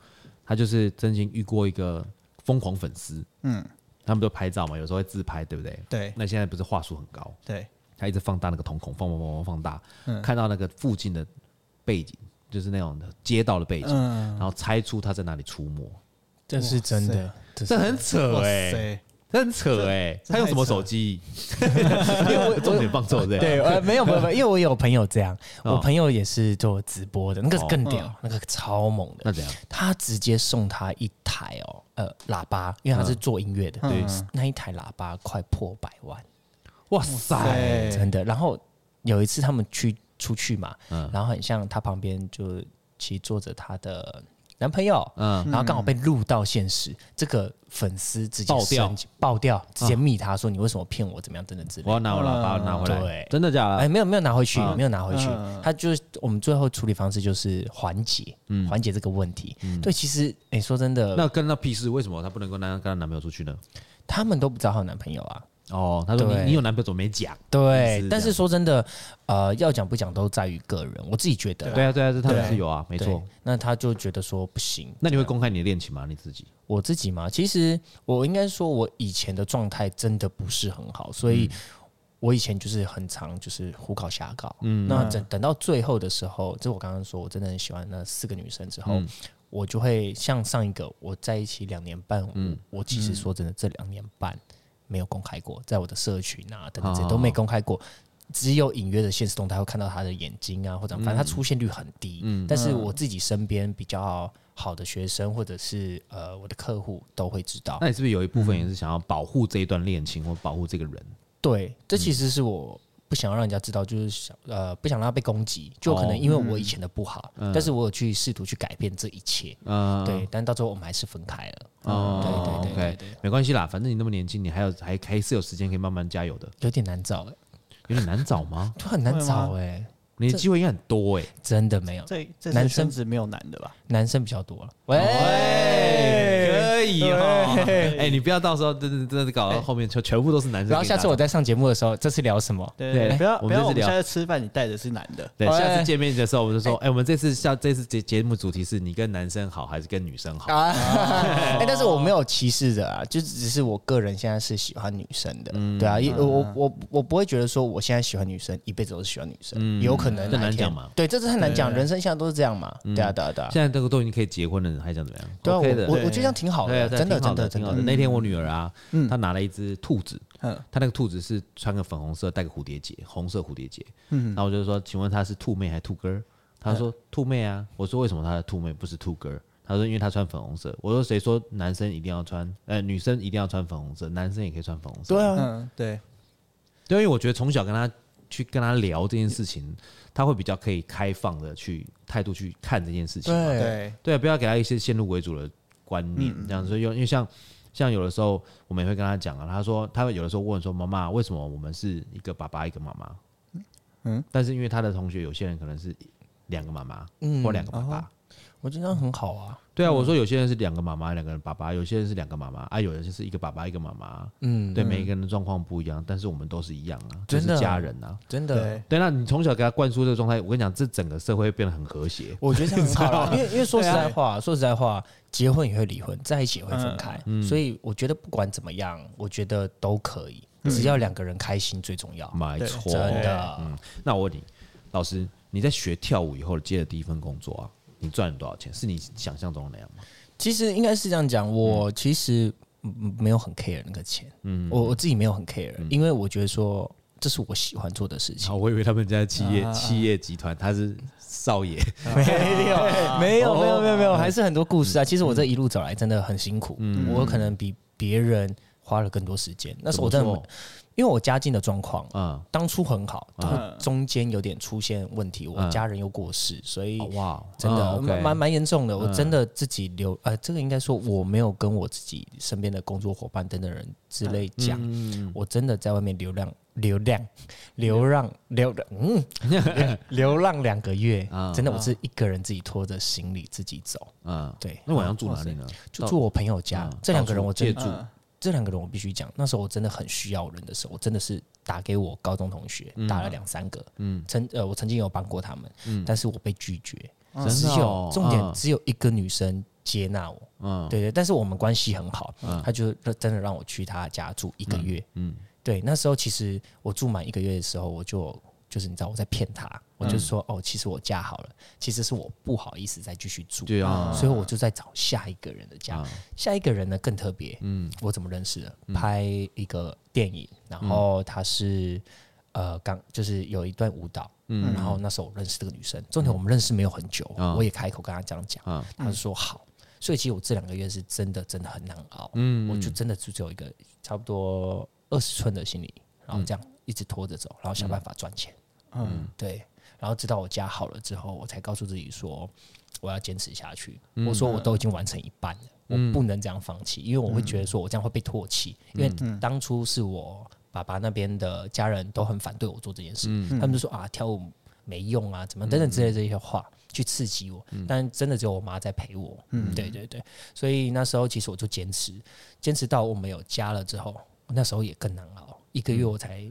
Speaker 1: 他就是曾经遇过一个疯狂粉丝，
Speaker 2: 嗯，
Speaker 1: 他们都拍照嘛，有时候会自拍，对不对？
Speaker 2: 对
Speaker 1: 那现在不是话术很高，
Speaker 2: 对，
Speaker 1: 他一直放大那个瞳孔，放放放放放大，
Speaker 2: 嗯
Speaker 1: 看到那个附近的背景，就是那种的街道的背景，
Speaker 2: 嗯，
Speaker 1: 然后猜出他在哪里出没，
Speaker 3: 这是真的，这
Speaker 1: 这很扯
Speaker 2: 哇
Speaker 1: 哎、
Speaker 2: 塞，
Speaker 1: 这很扯哎、
Speaker 2: 这
Speaker 1: 他用什么
Speaker 2: 太扯
Speaker 1: 手机？ 重点放错对不对
Speaker 3: 对，呃，没有没有，没有因为我有朋友这样，
Speaker 1: 哦
Speaker 3: 我朋友也是做直播的，那个
Speaker 1: 哦
Speaker 3: 更屌，那个超猛的
Speaker 1: 那，怎样？
Speaker 3: 他直接送他一台哦，呃，喇叭，因为他是做音乐的，
Speaker 1: 嗯对
Speaker 3: 那一台喇叭快破百万，
Speaker 1: 哇塞！
Speaker 2: 对，
Speaker 3: 真的。然后有一次他们去出去嘛，
Speaker 1: 嗯
Speaker 3: 然后很像他旁边就其实坐着她的男朋友，
Speaker 1: 嗯
Speaker 3: 然后刚好被录到现实，这个粉丝直接
Speaker 1: 爆掉嗯
Speaker 3: 升级，爆掉，直接密他说你为什么骗我，怎么样，等等之类的
Speaker 1: 我要拿我喇叭拿回来
Speaker 3: 对，
Speaker 1: 嗯真的假
Speaker 3: 哎，
Speaker 1: 的？
Speaker 3: 没有没有拿回去
Speaker 1: 啊，
Speaker 3: 没有拿回去
Speaker 2: 嗯。
Speaker 3: 他就是我们最后处理方式就是缓解，缓解这个问题。对，其实哎，说真
Speaker 1: 嗯
Speaker 3: 的，
Speaker 1: 那跟那屁事，为什么她不能跟她跟她男朋友出去呢？
Speaker 3: 他们都不知道她有男朋友啊。
Speaker 1: 哦，她说
Speaker 3: 对
Speaker 1: 你你有男朋友怎么没讲？
Speaker 3: 对
Speaker 1: 是，
Speaker 3: 但
Speaker 1: 这
Speaker 3: 是说真的，呃，要讲不讲都在于个人。我自己觉得啦，
Speaker 1: 对啊对啊，这他们
Speaker 3: 对
Speaker 1: 是有啊，没
Speaker 3: 对
Speaker 1: 错。。
Speaker 3: 那他就觉得说不行。
Speaker 1: 那你会公开你的恋情吗？你自己？
Speaker 3: 我自己嘛，其实我应该说，我以前的状态真的不是很好，所以我以前就是很常就是胡搞瞎搞。嗯，那等等到最后的时候，就我刚刚说我真的很喜欢那四个女生之后，我就会像上一个我在一起两年半，嗯，我其实说真的，这两年半没有公开过，在我的社群啊等等这些都没公开过。只有隐约的现实动态会看到他的眼睛啊，或者反正他出现率很低。
Speaker 1: 嗯
Speaker 3: 但是我自己身边比较好的学生，或者是呃我的客户都会知道。
Speaker 1: 那你是不是有一部分也是想要保护这一段恋情或保护这个人？
Speaker 3: 对，
Speaker 1: 嗯
Speaker 3: 这其实是我不想要让人家知道，就是想呃不想让他被攻击，就可
Speaker 1: 哦
Speaker 3: 能因为我以前的不好，但是我有去试图去改变这一切。
Speaker 1: 嗯，
Speaker 3: 对，但到最后我们还是分开了。
Speaker 1: 哦
Speaker 3: 对对对
Speaker 1: ，OK，
Speaker 3: 对对，
Speaker 1: 没关系啦，反正你那么年轻，你还有还还是有时间可以慢慢加油的。
Speaker 3: 有点难找哎、？
Speaker 1: 有点难找吗
Speaker 3: 就很难找哎、
Speaker 1: 你的机会应该很多哎。
Speaker 3: 真的没有，
Speaker 2: 这这
Speaker 3: 男
Speaker 2: 男
Speaker 3: 生
Speaker 2: 生子没有男的吧？
Speaker 3: 男生比较多了。喂，哎
Speaker 1: 可以哦，哎，你不要到时候真的真的搞到后面就全部都是男生给你打
Speaker 3: 然
Speaker 1: 扫。
Speaker 3: 后下次我在上节目的时候，这次聊什么？
Speaker 2: 对
Speaker 1: 对
Speaker 2: 对，不要
Speaker 1: 我们这
Speaker 2: 不要，
Speaker 1: 次
Speaker 2: 我们
Speaker 1: 聊
Speaker 2: 下次吃饭你带的是男的，
Speaker 1: 对，
Speaker 3: 哎
Speaker 1: 下次见面的时候，我就说，哎、我们这次下这次节节目主题是你跟男生好还是跟女生好？哦
Speaker 3: 啊，哎、但是我没有歧视的啊，就只是我个人现在是喜欢女生的，
Speaker 1: 嗯
Speaker 3: 对啊，因为我我我不会觉得说我现在喜欢女生，一辈子都是喜欢女生，有可能
Speaker 1: 嗯这
Speaker 3: 哪一
Speaker 1: 难
Speaker 3: 天
Speaker 1: 讲嘛，嗯
Speaker 3: 对，这是很难讲，人生现在都是这样嘛，对啊，对啊，对啊，
Speaker 1: 现在这个都已经可以结婚了，还想怎么样？
Speaker 3: 对啊
Speaker 1: OK 的，
Speaker 3: 我我
Speaker 1: 对
Speaker 3: 我觉得这样挺好
Speaker 1: 对啊
Speaker 3: 的，
Speaker 1: 对啊
Speaker 3: 真的
Speaker 1: 挺好
Speaker 3: 真
Speaker 1: 的，
Speaker 3: 的
Speaker 1: 挺
Speaker 3: 真
Speaker 1: 好
Speaker 3: 的，嗯
Speaker 1: 的。那天我女儿啊，她拿了一只兔子，
Speaker 2: 嗯
Speaker 1: 她那个兔子是穿个粉红色，戴个蝴蝶结，红色蝴蝶结。
Speaker 3: 嗯
Speaker 1: 然后我就说，请问她是兔妹还是兔哥儿？她说兔妹啊。我说为什么她的兔妹不是兔哥儿？他说因为他穿粉红色。我说谁说男生一定要穿，呃，女生一定要穿粉红色，男生也可以穿粉红色。
Speaker 3: 对啊，
Speaker 2: 嗯，对，
Speaker 1: 对，因为我觉得从小跟他去跟他聊这件事情，他会比较可以开放的去态度去看这件事情嘛。
Speaker 3: 对嗯
Speaker 2: 对，
Speaker 1: 对，不要给他一些先入为主的观念，这样子。所以有因为像像有的时候我们也会跟他讲啊，他说他有的时候问说妈妈，为什么我们是一个爸爸一个妈妈？嗯，但是因为他的同学有些人可能是两个妈妈
Speaker 3: 嗯
Speaker 1: 或两个爸爸。
Speaker 3: 我觉得很好啊。
Speaker 1: 对啊，我说有些人是两个妈妈，两个人爸爸；有些人是两个妈妈啊，有人就是一个爸爸一个妈妈。
Speaker 3: 嗯，
Speaker 1: 对，每一个人的状况不一样，但是我们都是一样啊，就
Speaker 3: 真
Speaker 1: 是
Speaker 3: 的
Speaker 1: 家人啊。
Speaker 3: 真的，
Speaker 2: 对，
Speaker 1: 对，那你从小给他灌输这个状态，我跟你讲，这整个社会会变得很和谐。
Speaker 3: 我觉得这样很好啊 啦。因为因为说实在话，说实在话，结婚也会离婚，在一起也会分开，
Speaker 1: 嗯
Speaker 3: 所以我觉得不管怎么样，我觉得都可以，
Speaker 1: 嗯
Speaker 3: 只要两个人开心最重要。
Speaker 1: 没
Speaker 2: 对
Speaker 1: 错，
Speaker 3: 哦真的，
Speaker 1: 那我问你，老师，你在学跳舞以后接的第一份工作啊，你赚了多少钱？是你想象中的那样吗？
Speaker 3: 其实应该是这样讲，我其实嗯没有很 care 那个钱，嗯，我我自己没有很 care，因
Speaker 1: 嗯
Speaker 3: 为我觉得说这是我喜欢做的事情。
Speaker 1: 我以为他们家企
Speaker 2: 业啊企
Speaker 1: 业集团他是少爷，
Speaker 3: 没有，啊 没有，
Speaker 1: 哦嗯
Speaker 3: 没有，没有，没有，还是很多故事啊。其实我这一路走来真的很辛苦，我可能比别人花了更多时间。那时候我真的
Speaker 1: 怎么说，
Speaker 3: 因为我家境的状况，
Speaker 1: 嗯，
Speaker 3: 当初很好，
Speaker 1: 嗯
Speaker 3: 但中间有点出现问题，我
Speaker 1: 嗯
Speaker 3: 家人又过世，所以
Speaker 1: 哦哇，
Speaker 3: 真的
Speaker 1: 嗯，OK
Speaker 3: 蛮蛮蛮严重的。我
Speaker 1: 嗯
Speaker 3: 真的自己留，呃，这个应该说我没有跟我自己身边的工作伙伴等等人之类讲，
Speaker 1: 嗯
Speaker 3: 我真的在外面流浪。流浪，流浪，流浪，嗯，流 流浪两个月
Speaker 1: 啊，
Speaker 3: 真的，我是一个人自己拖着行李自己走，
Speaker 1: 嗯，
Speaker 3: 对，
Speaker 1: 那晚上住哪里呢？
Speaker 3: 就住我朋友家
Speaker 1: 嗯。
Speaker 3: 这两个人我真
Speaker 1: 到处借住
Speaker 2: 嗯
Speaker 3: 这两个人我必须讲，那时候我真的很需要人的时候，我真的是打给我高中同学，打了两三个，嗯，曾呃我曾经有帮过他们，但是我被拒绝，
Speaker 1: 嗯真
Speaker 3: 只
Speaker 1: 的哦
Speaker 3: 有重点
Speaker 1: 嗯
Speaker 3: 只有一个女生接纳我，
Speaker 1: 嗯
Speaker 3: 对对，但是我们关系很好，她就真的让我去她家住一个月，
Speaker 1: 嗯
Speaker 3: 对，那时候其实我住满一个月的时候，我就就是你知道我在骗她，我
Speaker 1: 嗯
Speaker 3: 就说、哦，其实我家好了，其实是我不好意思再继续住，
Speaker 1: 对啊，
Speaker 3: 所以我就在找下一个人的家。下一个人呢更特别，嗯，我怎么认识的？
Speaker 1: 嗯
Speaker 3: 拍一个电影，然后她是、呃刚就是有一段舞蹈，嗯，然后那时候我认识这个女生，重点我们认识没有很久，
Speaker 1: 啊
Speaker 3: 我也开口跟她这样讲，
Speaker 1: 啊
Speaker 3: 她就说好。所以其实我这两个月是真的真的很难熬，
Speaker 1: 嗯
Speaker 3: 我就真的就只有一个差不多二十寸的行李，然
Speaker 1: 嗯
Speaker 3: 后这样一直拖着走，然后想办法赚钱。
Speaker 2: 嗯，
Speaker 3: 对，然后直到我家好了之后，我才告诉自己说我要坚持下去。我说我都已经完成一半了，我不能这样放弃，因为我会觉得说我这样会被唾弃，因为当初是我爸爸那边的家人都很反对我做这件事，他们就说啊跳舞没用啊，怎么等等之类的这些话。去刺激我，但真的只有我妈在陪我。嗯，对对对，所以那时候其实我就坚持，坚持到我们有家了之后，那时候也更难熬。一个月我才，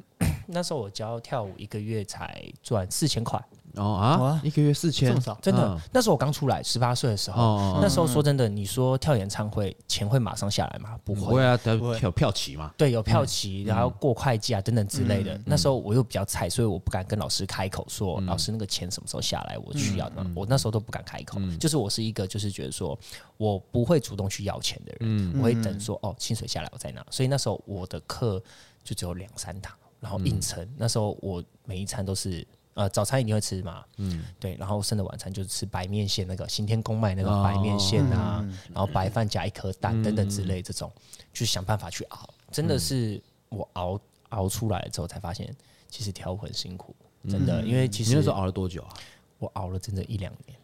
Speaker 3: 那时候我教跳舞一个月才赚四千块，
Speaker 1: 哦啊
Speaker 2: 哇，
Speaker 1: 一个月四千，
Speaker 2: 少
Speaker 3: 真的。
Speaker 1: 嗯
Speaker 3: 那时候我刚出来，十八岁的时候，
Speaker 1: 哦
Speaker 3: 那时候说真的，你说跳演唱会，钱会马上下来吗？不
Speaker 1: 不
Speaker 3: 会。
Speaker 1: 会啊，嗯他
Speaker 2: 会
Speaker 1: 跳票旗嘛，
Speaker 3: 对，有票期，然后过会计啊等等之
Speaker 1: 嗯
Speaker 3: 类的。那时候我又比较菜，所以我不敢跟老师开口说，老师那个钱什么时候下来，我需要的。
Speaker 1: 嗯
Speaker 3: 我那时候都不敢开口，就是我是一个就是觉得说我不会主动去要钱的
Speaker 1: 嗯
Speaker 3: 人，我会等说哦薪水下来我再拿。所以那时候我的课就只有两三堂，然后硬撑。
Speaker 1: 嗯
Speaker 3: 那时候我每一餐都是。呃，早餐一定会吃嘛，嗯，对，然后剩的晚餐就是吃白面线那个新天宫卖那
Speaker 1: 哦
Speaker 3: 个白面线啊，
Speaker 1: 嗯
Speaker 3: 然后白饭加一颗蛋等等之类这种，去想办法去熬。真的
Speaker 1: 嗯
Speaker 3: 是我熬熬出来之后才发现，其实跳舞很辛苦，真的，因为哎其
Speaker 1: 嗯你那
Speaker 3: 实
Speaker 1: 时候熬了多久啊？
Speaker 3: 我熬了整整一两年。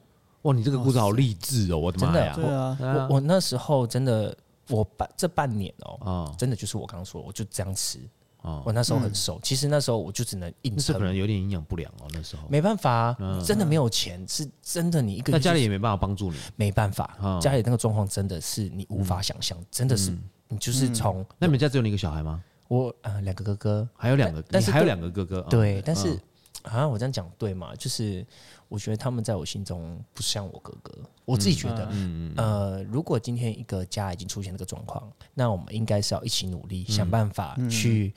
Speaker 1: 哇，你这个故事好励志哦，我的妈呀！
Speaker 3: 真
Speaker 2: 对啊，
Speaker 1: 啊
Speaker 3: 我我那时候真的，我半这半年哦、
Speaker 1: 哦
Speaker 3: 真的就是我刚刚说的，我就这样吃。
Speaker 1: 哦
Speaker 3: 我那时候很瘦，其实那时候我就只能硬
Speaker 1: 那时候可
Speaker 3: 撑，
Speaker 1: 能有点营养不良哦，那时候，
Speaker 3: 没办法、啊，真的没有钱，是真的你一个
Speaker 1: 那
Speaker 3: 月
Speaker 1: 家
Speaker 3: 就是
Speaker 1: 里也没办法帮助你，
Speaker 3: 没办法，
Speaker 1: 嗯
Speaker 3: 家里那个状况真的是你无法想象，真的是你就是从
Speaker 1: 那你们家只有你一个小孩吗？
Speaker 3: 我呃两个哥哥，
Speaker 1: 还有两个，
Speaker 3: 但
Speaker 1: 你
Speaker 3: 是
Speaker 1: 还有
Speaker 3: 对
Speaker 1: 两个哥哥，哦
Speaker 3: 对，但是、啊，我这样讲对嘛？就是我觉得他们在我心中不像我哥哥，我
Speaker 1: 嗯
Speaker 3: 自己觉得，呃，如果今天一个家已经出现这个状况，那我们应该是要一起努
Speaker 1: 嗯
Speaker 3: 力，想办法去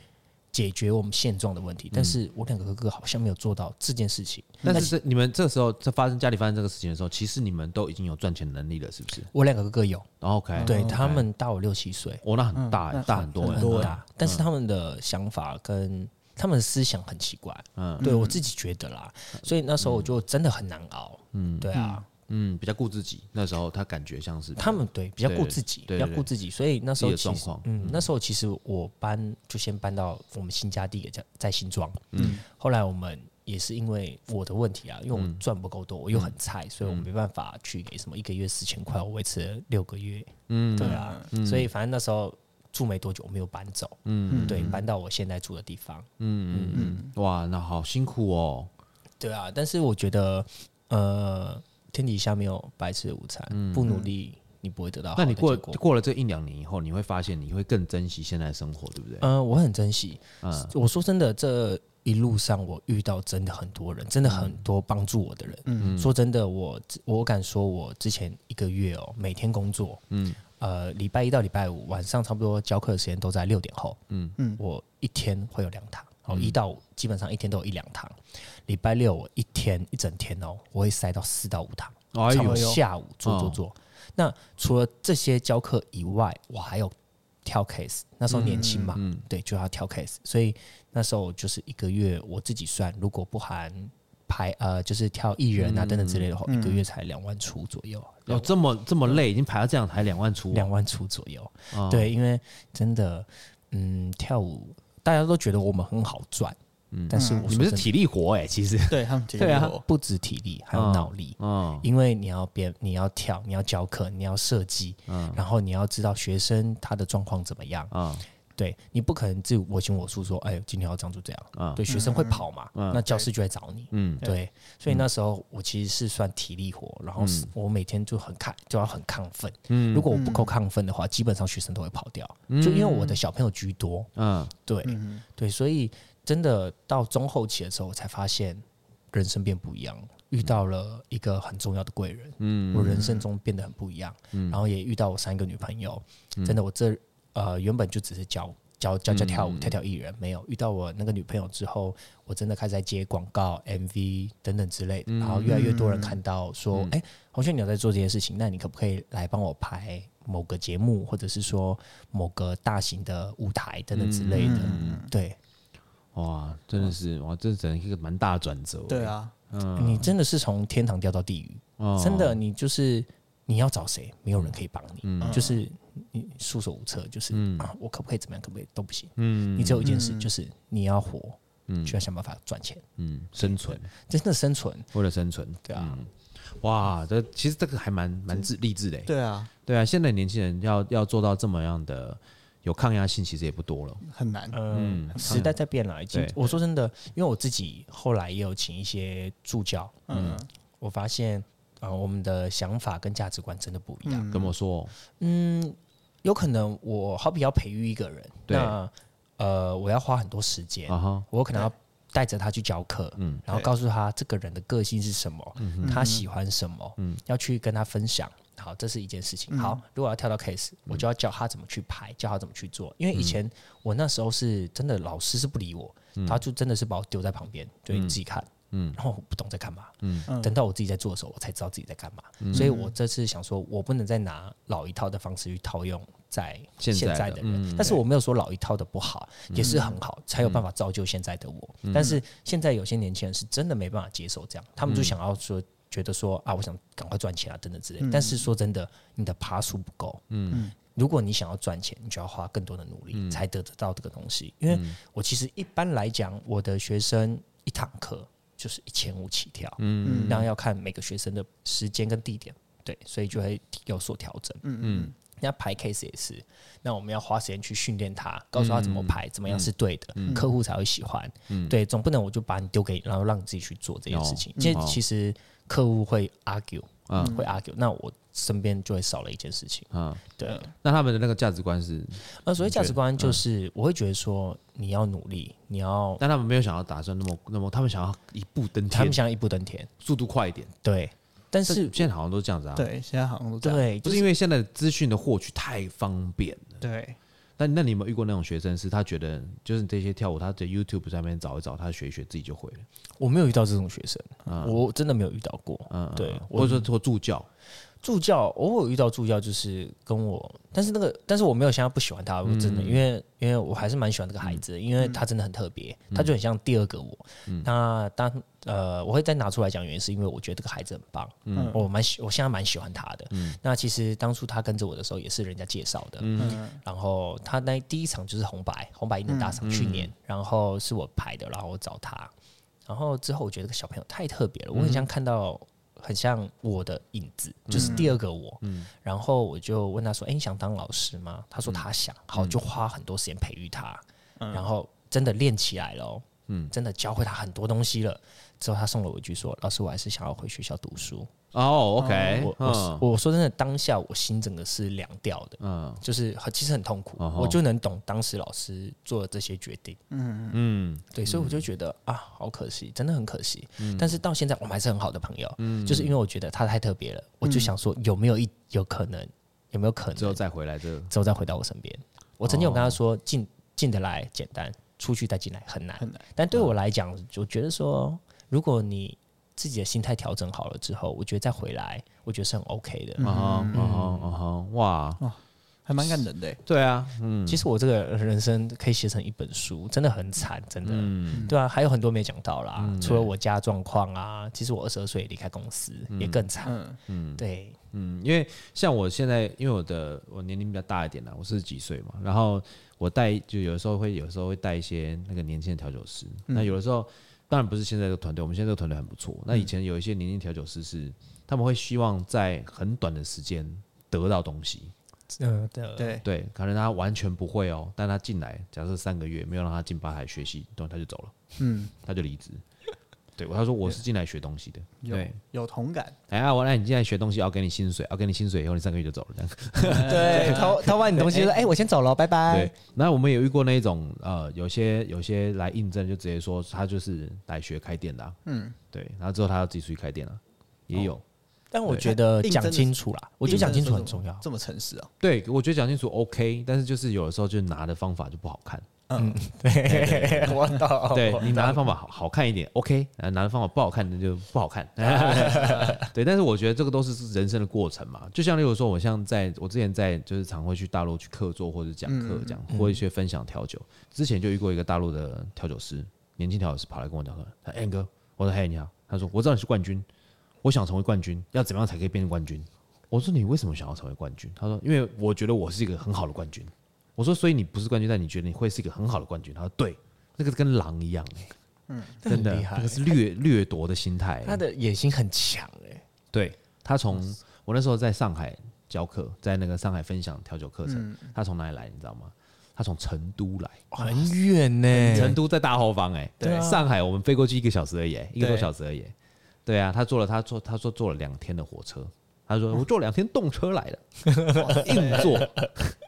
Speaker 3: 解决我们现状的问题。但是我两个哥哥好像没有做到这件事情。
Speaker 1: 但是这你们这时候在发生家里发生这个事情的时候，其实你们都已经有赚钱能力了，是不是
Speaker 3: 我两个哥哥有，
Speaker 1: 然后？OK，
Speaker 3: 嗯
Speaker 1: 哦
Speaker 3: 对
Speaker 1: 哎 OK
Speaker 3: 他，们大我六七岁，
Speaker 1: 哦，那很大欸
Speaker 2: 那
Speaker 1: 大很多欸，
Speaker 3: 很大，但是他们的想法跟他们的思想很奇怪。
Speaker 1: 嗯
Speaker 3: 对我自己觉得啦，所以那时候我就真的很难熬。嗯，对啊，
Speaker 1: 嗯，比较顾自己。那时候他感觉像是
Speaker 3: 他们对比较顾自己，
Speaker 1: 对对
Speaker 3: 要顾自己，所以那时候
Speaker 1: 自己的
Speaker 3: 其实
Speaker 1: 状况，
Speaker 3: 嗯，那时候其实我搬就先搬到我们新家地也在在新庄，嗯，后来我们也是因为我的问题啊，因为
Speaker 1: 嗯
Speaker 3: 我赚不够多，我又很菜，所以我没办法去给什么一个月四千块，我维持了六个月，嗯，
Speaker 1: 哦
Speaker 3: 对啊，所以反正那时候住没多久，我没有搬走，嗯，对，嗯搬到我现在住的地方，
Speaker 1: 嗯哇，那好辛苦哦。
Speaker 3: 对啊，但是我觉得，呃，天底下没有白吃的午餐，不努力你不会得到好
Speaker 1: 嗯那
Speaker 3: 的
Speaker 1: 你
Speaker 3: 结
Speaker 1: 过
Speaker 3: 果。
Speaker 1: 过了这一两年以后，你会发现你会更珍惜现在的生活，对不对？
Speaker 3: 嗯，我很珍惜。
Speaker 1: 嗯
Speaker 3: 我说真的，这一路上我遇到真的很多人，
Speaker 1: 嗯
Speaker 3: 真的很多帮助我的人。嗯说真的，我我敢说，我之前一个月哦，每天工作，嗯，呃，礼拜一到礼拜五晚上差不多教课的时间都在六点后，嗯嗯，我一天会有两堂。哦，
Speaker 1: 嗯
Speaker 3: 一到五基本上一天都有一两堂，礼拜六我一天一整天哦，我会塞到四到五堂，
Speaker 1: 哎
Speaker 3: 差不
Speaker 1: 呦嗯
Speaker 3: 多，下午做做做。那除了这些教课以外，我还有挑 case。那时候年轻
Speaker 1: 嗯
Speaker 3: 嘛，对，就要挑 case。所以那时候我就是一个月，我自己算，如果不含排呃，就是挑艺人
Speaker 1: 嗯
Speaker 3: 啊等等之类的话，一个月才两万出左右，
Speaker 1: 哦，这么这么累，已经排到这样才两万出哦，
Speaker 3: 两万出左右。
Speaker 1: 哦
Speaker 3: 对，因为真的，嗯，跳舞大家都觉得我们很好赚，
Speaker 1: 嗯
Speaker 3: 但是我
Speaker 1: 你
Speaker 3: 说
Speaker 1: 们是
Speaker 3: 真的，
Speaker 1: 体力活哎， 其实，
Speaker 2: 对他们体力
Speaker 1: 对啊
Speaker 2: 活
Speaker 3: 不止体力，还有脑力。
Speaker 1: 嗯，
Speaker 3: 因为你要编，你要跳，你要教课，你要设计，
Speaker 1: 嗯
Speaker 3: 然后你要知道学生他的状况怎么样，
Speaker 1: 啊
Speaker 3: 对你不可能自我行我素说，哎，今天要这样做这样，
Speaker 1: 啊
Speaker 3: 对学生会跑嘛，那教室就会找你，
Speaker 1: 嗯嗯
Speaker 3: 对，所以那时候我其实是算体力活，然后是我每天就很看就要很亢奋，如果我不够亢奋的话，基本上学生都会跑掉，就因为我的小朋友居多，
Speaker 1: 嗯，
Speaker 3: 对、对，所以真的到中后期的时候，我才发现人生变不一样了，遇到了一个很重要的贵人，嗯，我人生中变得很不一样，然后也遇到我三个女朋友，真的我这呃原本就只是教。教教教跳舞、跳跳艺人，没有遇到我那个女朋友之后，我真的开始在接广告、MV 等等之类的，然后越来越多人看到说，哎、洪轩你有在做这些事情，那你可不可以来帮我拍某个节目，或者是说某个大型的舞台等等之类的？对、
Speaker 1: 哇，真的是哇，这整一个蛮大的转折，
Speaker 2: 对，啊，
Speaker 3: 你真的是从天堂掉到地狱，
Speaker 1: 嗯哦
Speaker 3: 真的你就是你要找谁，没有人可以帮你，
Speaker 1: 嗯
Speaker 3: 就是你束手无策，就是、啊，我可不可以怎么样，可不可以都不行。
Speaker 1: 嗯
Speaker 3: 你只有一件事，就是你要活，就要想办法赚钱，
Speaker 1: 嗯，生存
Speaker 3: 真的生存。
Speaker 1: 为了生存，嗯
Speaker 3: 对啊，
Speaker 1: 哇，这其实这个还蛮蛮自励志的欸，
Speaker 2: 对啊，
Speaker 1: 对啊，现在年轻人要要做到这么样的有抗压性，其实也不多了，
Speaker 2: 很难。
Speaker 3: 嗯，时代在变了，已经
Speaker 1: 对。
Speaker 3: 我说真的，因为我自己后来也有请一些助教，嗯，我发现，呃，我们的想法跟价值观真的不一样。
Speaker 1: 跟我说，
Speaker 3: 嗯有可能我好比要培育一个人，
Speaker 1: 对
Speaker 3: 那呃，我要花很多时间，
Speaker 1: 啊哈，
Speaker 3: 我可能要带着他去教课，
Speaker 1: 嗯
Speaker 3: 然后告诉他这个人的个性是什么，他喜欢什么，要去跟他分享。好，这是一件事情。好，如果要跳到 case，我就要教他怎么去排，教他怎么去做。因为以前我那时候是真的，老师是不理我，他就真的是把我丢在旁边，就你自己看。嗯，然后我不懂在干嘛。嗯，等到我自己在做的时候，我才知道自己在干嘛。所以我这次想说，我不能再拿老一套的方式去套用在
Speaker 1: 现
Speaker 3: 现
Speaker 1: 在的
Speaker 3: 在的人。嗯但是我没有说老一套的不好，也是很好，才有办法造就现在的我。但是现在有些年轻人是真的没办法接受这样，他们就想要说。觉得说啊，我想赶快赚钱啊，等等之类的。但是说真的，你的爬数不够。嗯，如果你想要赚钱，你就要花更多的努力、才得得到这个东西。因为我其实一般来讲，我的学生一堂课就是一千五起跳。嗯，然后要看每个学生的时间跟地点，对，所以就会有所调整。嗯嗯。那排 case 也是，那我们要花时间去训练他，告诉他
Speaker 1: 嗯
Speaker 3: 怎么排，怎么样是对的，客户才会喜欢。对，总不能我就把你丢给你，然后让你自己去做这件事情。
Speaker 1: 嗯
Speaker 3: 这、其实客户会 argue，、会 argue，那我身边就会少了一件事情。
Speaker 1: 啊，
Speaker 3: 对，
Speaker 1: 那他们的那个价值观是，
Speaker 3: 呃，所谓价值
Speaker 1: 嗯
Speaker 3: 观就是，我会觉得说你要努力，你要
Speaker 1: 但他们没有想要打算那么那么，他们想要一步登
Speaker 3: 他
Speaker 1: 天
Speaker 3: 们，想要一步登天，
Speaker 1: 速度快一点，
Speaker 3: 对，但
Speaker 1: 但
Speaker 3: 是
Speaker 1: 现在好像都这样子啊，，
Speaker 2: 对，现在好像都这样。
Speaker 3: 对，
Speaker 1: 不
Speaker 3: 就是是
Speaker 1: 因为现在的资讯的获取太方便了。
Speaker 2: 对，
Speaker 1: 但那你有没有遇过那种学生，是他觉得就是这些跳舞，他在 YouTube 上面找一找，他学一学自己就会了，嗯
Speaker 3: 我没有遇到这种学生，我真的没有遇到过。对，
Speaker 1: 或者说做助教，
Speaker 3: 助教偶尔遇到助教就是跟我，但是那个，但是我没有现在不喜欢他，我真的，因为因为我还是蛮喜欢这个孩子的，因为他真的很特别，他就很像第二个我。那当呃，我会再拿出来讲，原因是因为我觉得这个孩子很棒，嗯，我蛮喜，我现在蛮喜欢他的。那其实当初他跟着我的时候，也是人家介绍的，然后他那第一场就是红白，红白一能大赏去年，然后是我排的，然后我找他，然后之后我觉得这个小朋友太特别了，我很像看到很像我的影子，就是第二个我。然后我就问他说：“哎、你想当老师吗？”他说他想，好，就花很多时间培育他，然后真的练起来了、哦，嗯，真的教会他很多东西了。之后他送了我一句说：“老师，我还是想要回学校读书。
Speaker 1: 哦，OK，
Speaker 3: 我我
Speaker 1: 嗯
Speaker 3: 我说真的，当下我心整个是凉掉的，
Speaker 1: 嗯
Speaker 3: 就是很其实很痛苦，
Speaker 1: 哦吼
Speaker 3: 我就能懂当时老师做的这些决定。
Speaker 1: 嗯
Speaker 3: 对，所以我就觉得、啊，好可惜，真的很可惜。但是到现在我们还是很好的朋友，
Speaker 1: 嗯
Speaker 3: 就是因为我觉得他太特别了，我就想说有没有一有可能，有没有可能
Speaker 1: 之后再回来这个
Speaker 3: 之后再回到我身边？我曾经有跟他
Speaker 2: 哦
Speaker 3: 说，进进得来简单，出去再进来很难。
Speaker 2: 很难嗯
Speaker 3: 但对我来讲，我觉得说，如果你自己的心态调整好了之后，我觉得再回来，我觉得是很 OK
Speaker 2: 嗯
Speaker 3: 的。
Speaker 1: 啊哈啊哈啊哈，哇，
Speaker 2: 还蛮感人的欸。
Speaker 1: 对啊，嗯
Speaker 3: 其实我这个人生可以写成一本书，真的很惨，真的。
Speaker 1: 嗯
Speaker 3: 对啊，还有很多没讲到啦，
Speaker 2: 嗯
Speaker 3: 除了我家状况啊，其实我二十二岁离开公司、也更惨。
Speaker 2: 嗯
Speaker 3: 对，
Speaker 1: 嗯，因为像我现在，因为我的我年龄比较大一点啦，我四十几岁嘛，然后我带就有时候会有时候会带一些那个年轻的调酒师，那有的时候当然不是现在这个团队，我们现在这个团队很不错，那以前有一些年轻调酒师是他们会希望在很短的时间得到东西，
Speaker 3: 嗯、对
Speaker 2: 对，
Speaker 1: 对，可能他完全不会哦，但他进来，假设三个月没有让他进吧台学习，然后他就走了，
Speaker 2: 嗯，
Speaker 1: 他就离职。对，他说我是进来学东西的。
Speaker 2: 有
Speaker 1: 对，
Speaker 2: 有同感，
Speaker 1: 哎呀，我让你进来学东西，要给你薪水，要给你薪水以后，你三个月就走了这样。
Speaker 3: 对，偷偷完你东西说，哎、我先走了，拜
Speaker 1: 对
Speaker 3: 拜。，
Speaker 1: 那我们也遇过那一种呃，有些有些来应征就直接说他就是来学开店的、嗯，哦对，然后之后他要自己出去开店了、也有。
Speaker 3: 但我觉得
Speaker 2: 对
Speaker 3: 讲清楚啦，我觉得讲清楚很重要。
Speaker 2: 这么诚实啊，
Speaker 1: 对，我觉得讲清楚 OK，但是就是有的时候就拿的方法就不好看。
Speaker 3: 对， 我懂
Speaker 1: 对你拿的方法好好看一点，OK，啊拿的方法不好看那就不好看。 对，但是我觉得这个都是人生的过程嘛。就像例如说，我像在我之前在就是常会去大陆去客座或者讲课这样，或一些分享调酒。之前就遇过一个大陆的调酒师，年轻调酒师跑来跟我讲说：“他 N 哥，我说嘿你好。”他说：“我知道你是冠军，我想成为冠军，要怎么样才可以变成冠军？”我说：“你为什么想要成为冠军？”他说：“因为我觉得我是一个很好的冠军。”我说：“所以你不是冠军，但你觉得你会是一个很好的冠军？”他说：“对，那个跟狼一样、欸
Speaker 3: 那
Speaker 1: 真
Speaker 3: 嗯很
Speaker 1: 的
Speaker 3: 厉，害
Speaker 1: 那个是掠掠夺的心态、
Speaker 3: 他的野心很强哎、
Speaker 1: 对他从我那时候在上海教课，在那个上海分享调酒课程，
Speaker 3: 嗯
Speaker 1: 他从哪里来你知道吗？他从成都来，
Speaker 3: 很远呢、欸
Speaker 1: 成都在大后方哎、
Speaker 3: 对啊
Speaker 1: 上海我们飞过去一个小时而已、哎一个多
Speaker 2: 对
Speaker 1: 小时而已、哎对啊，他坐了他坐他说坐了两天的火车，他
Speaker 3: 啊
Speaker 1: 说我坐两天动车 来的，硬座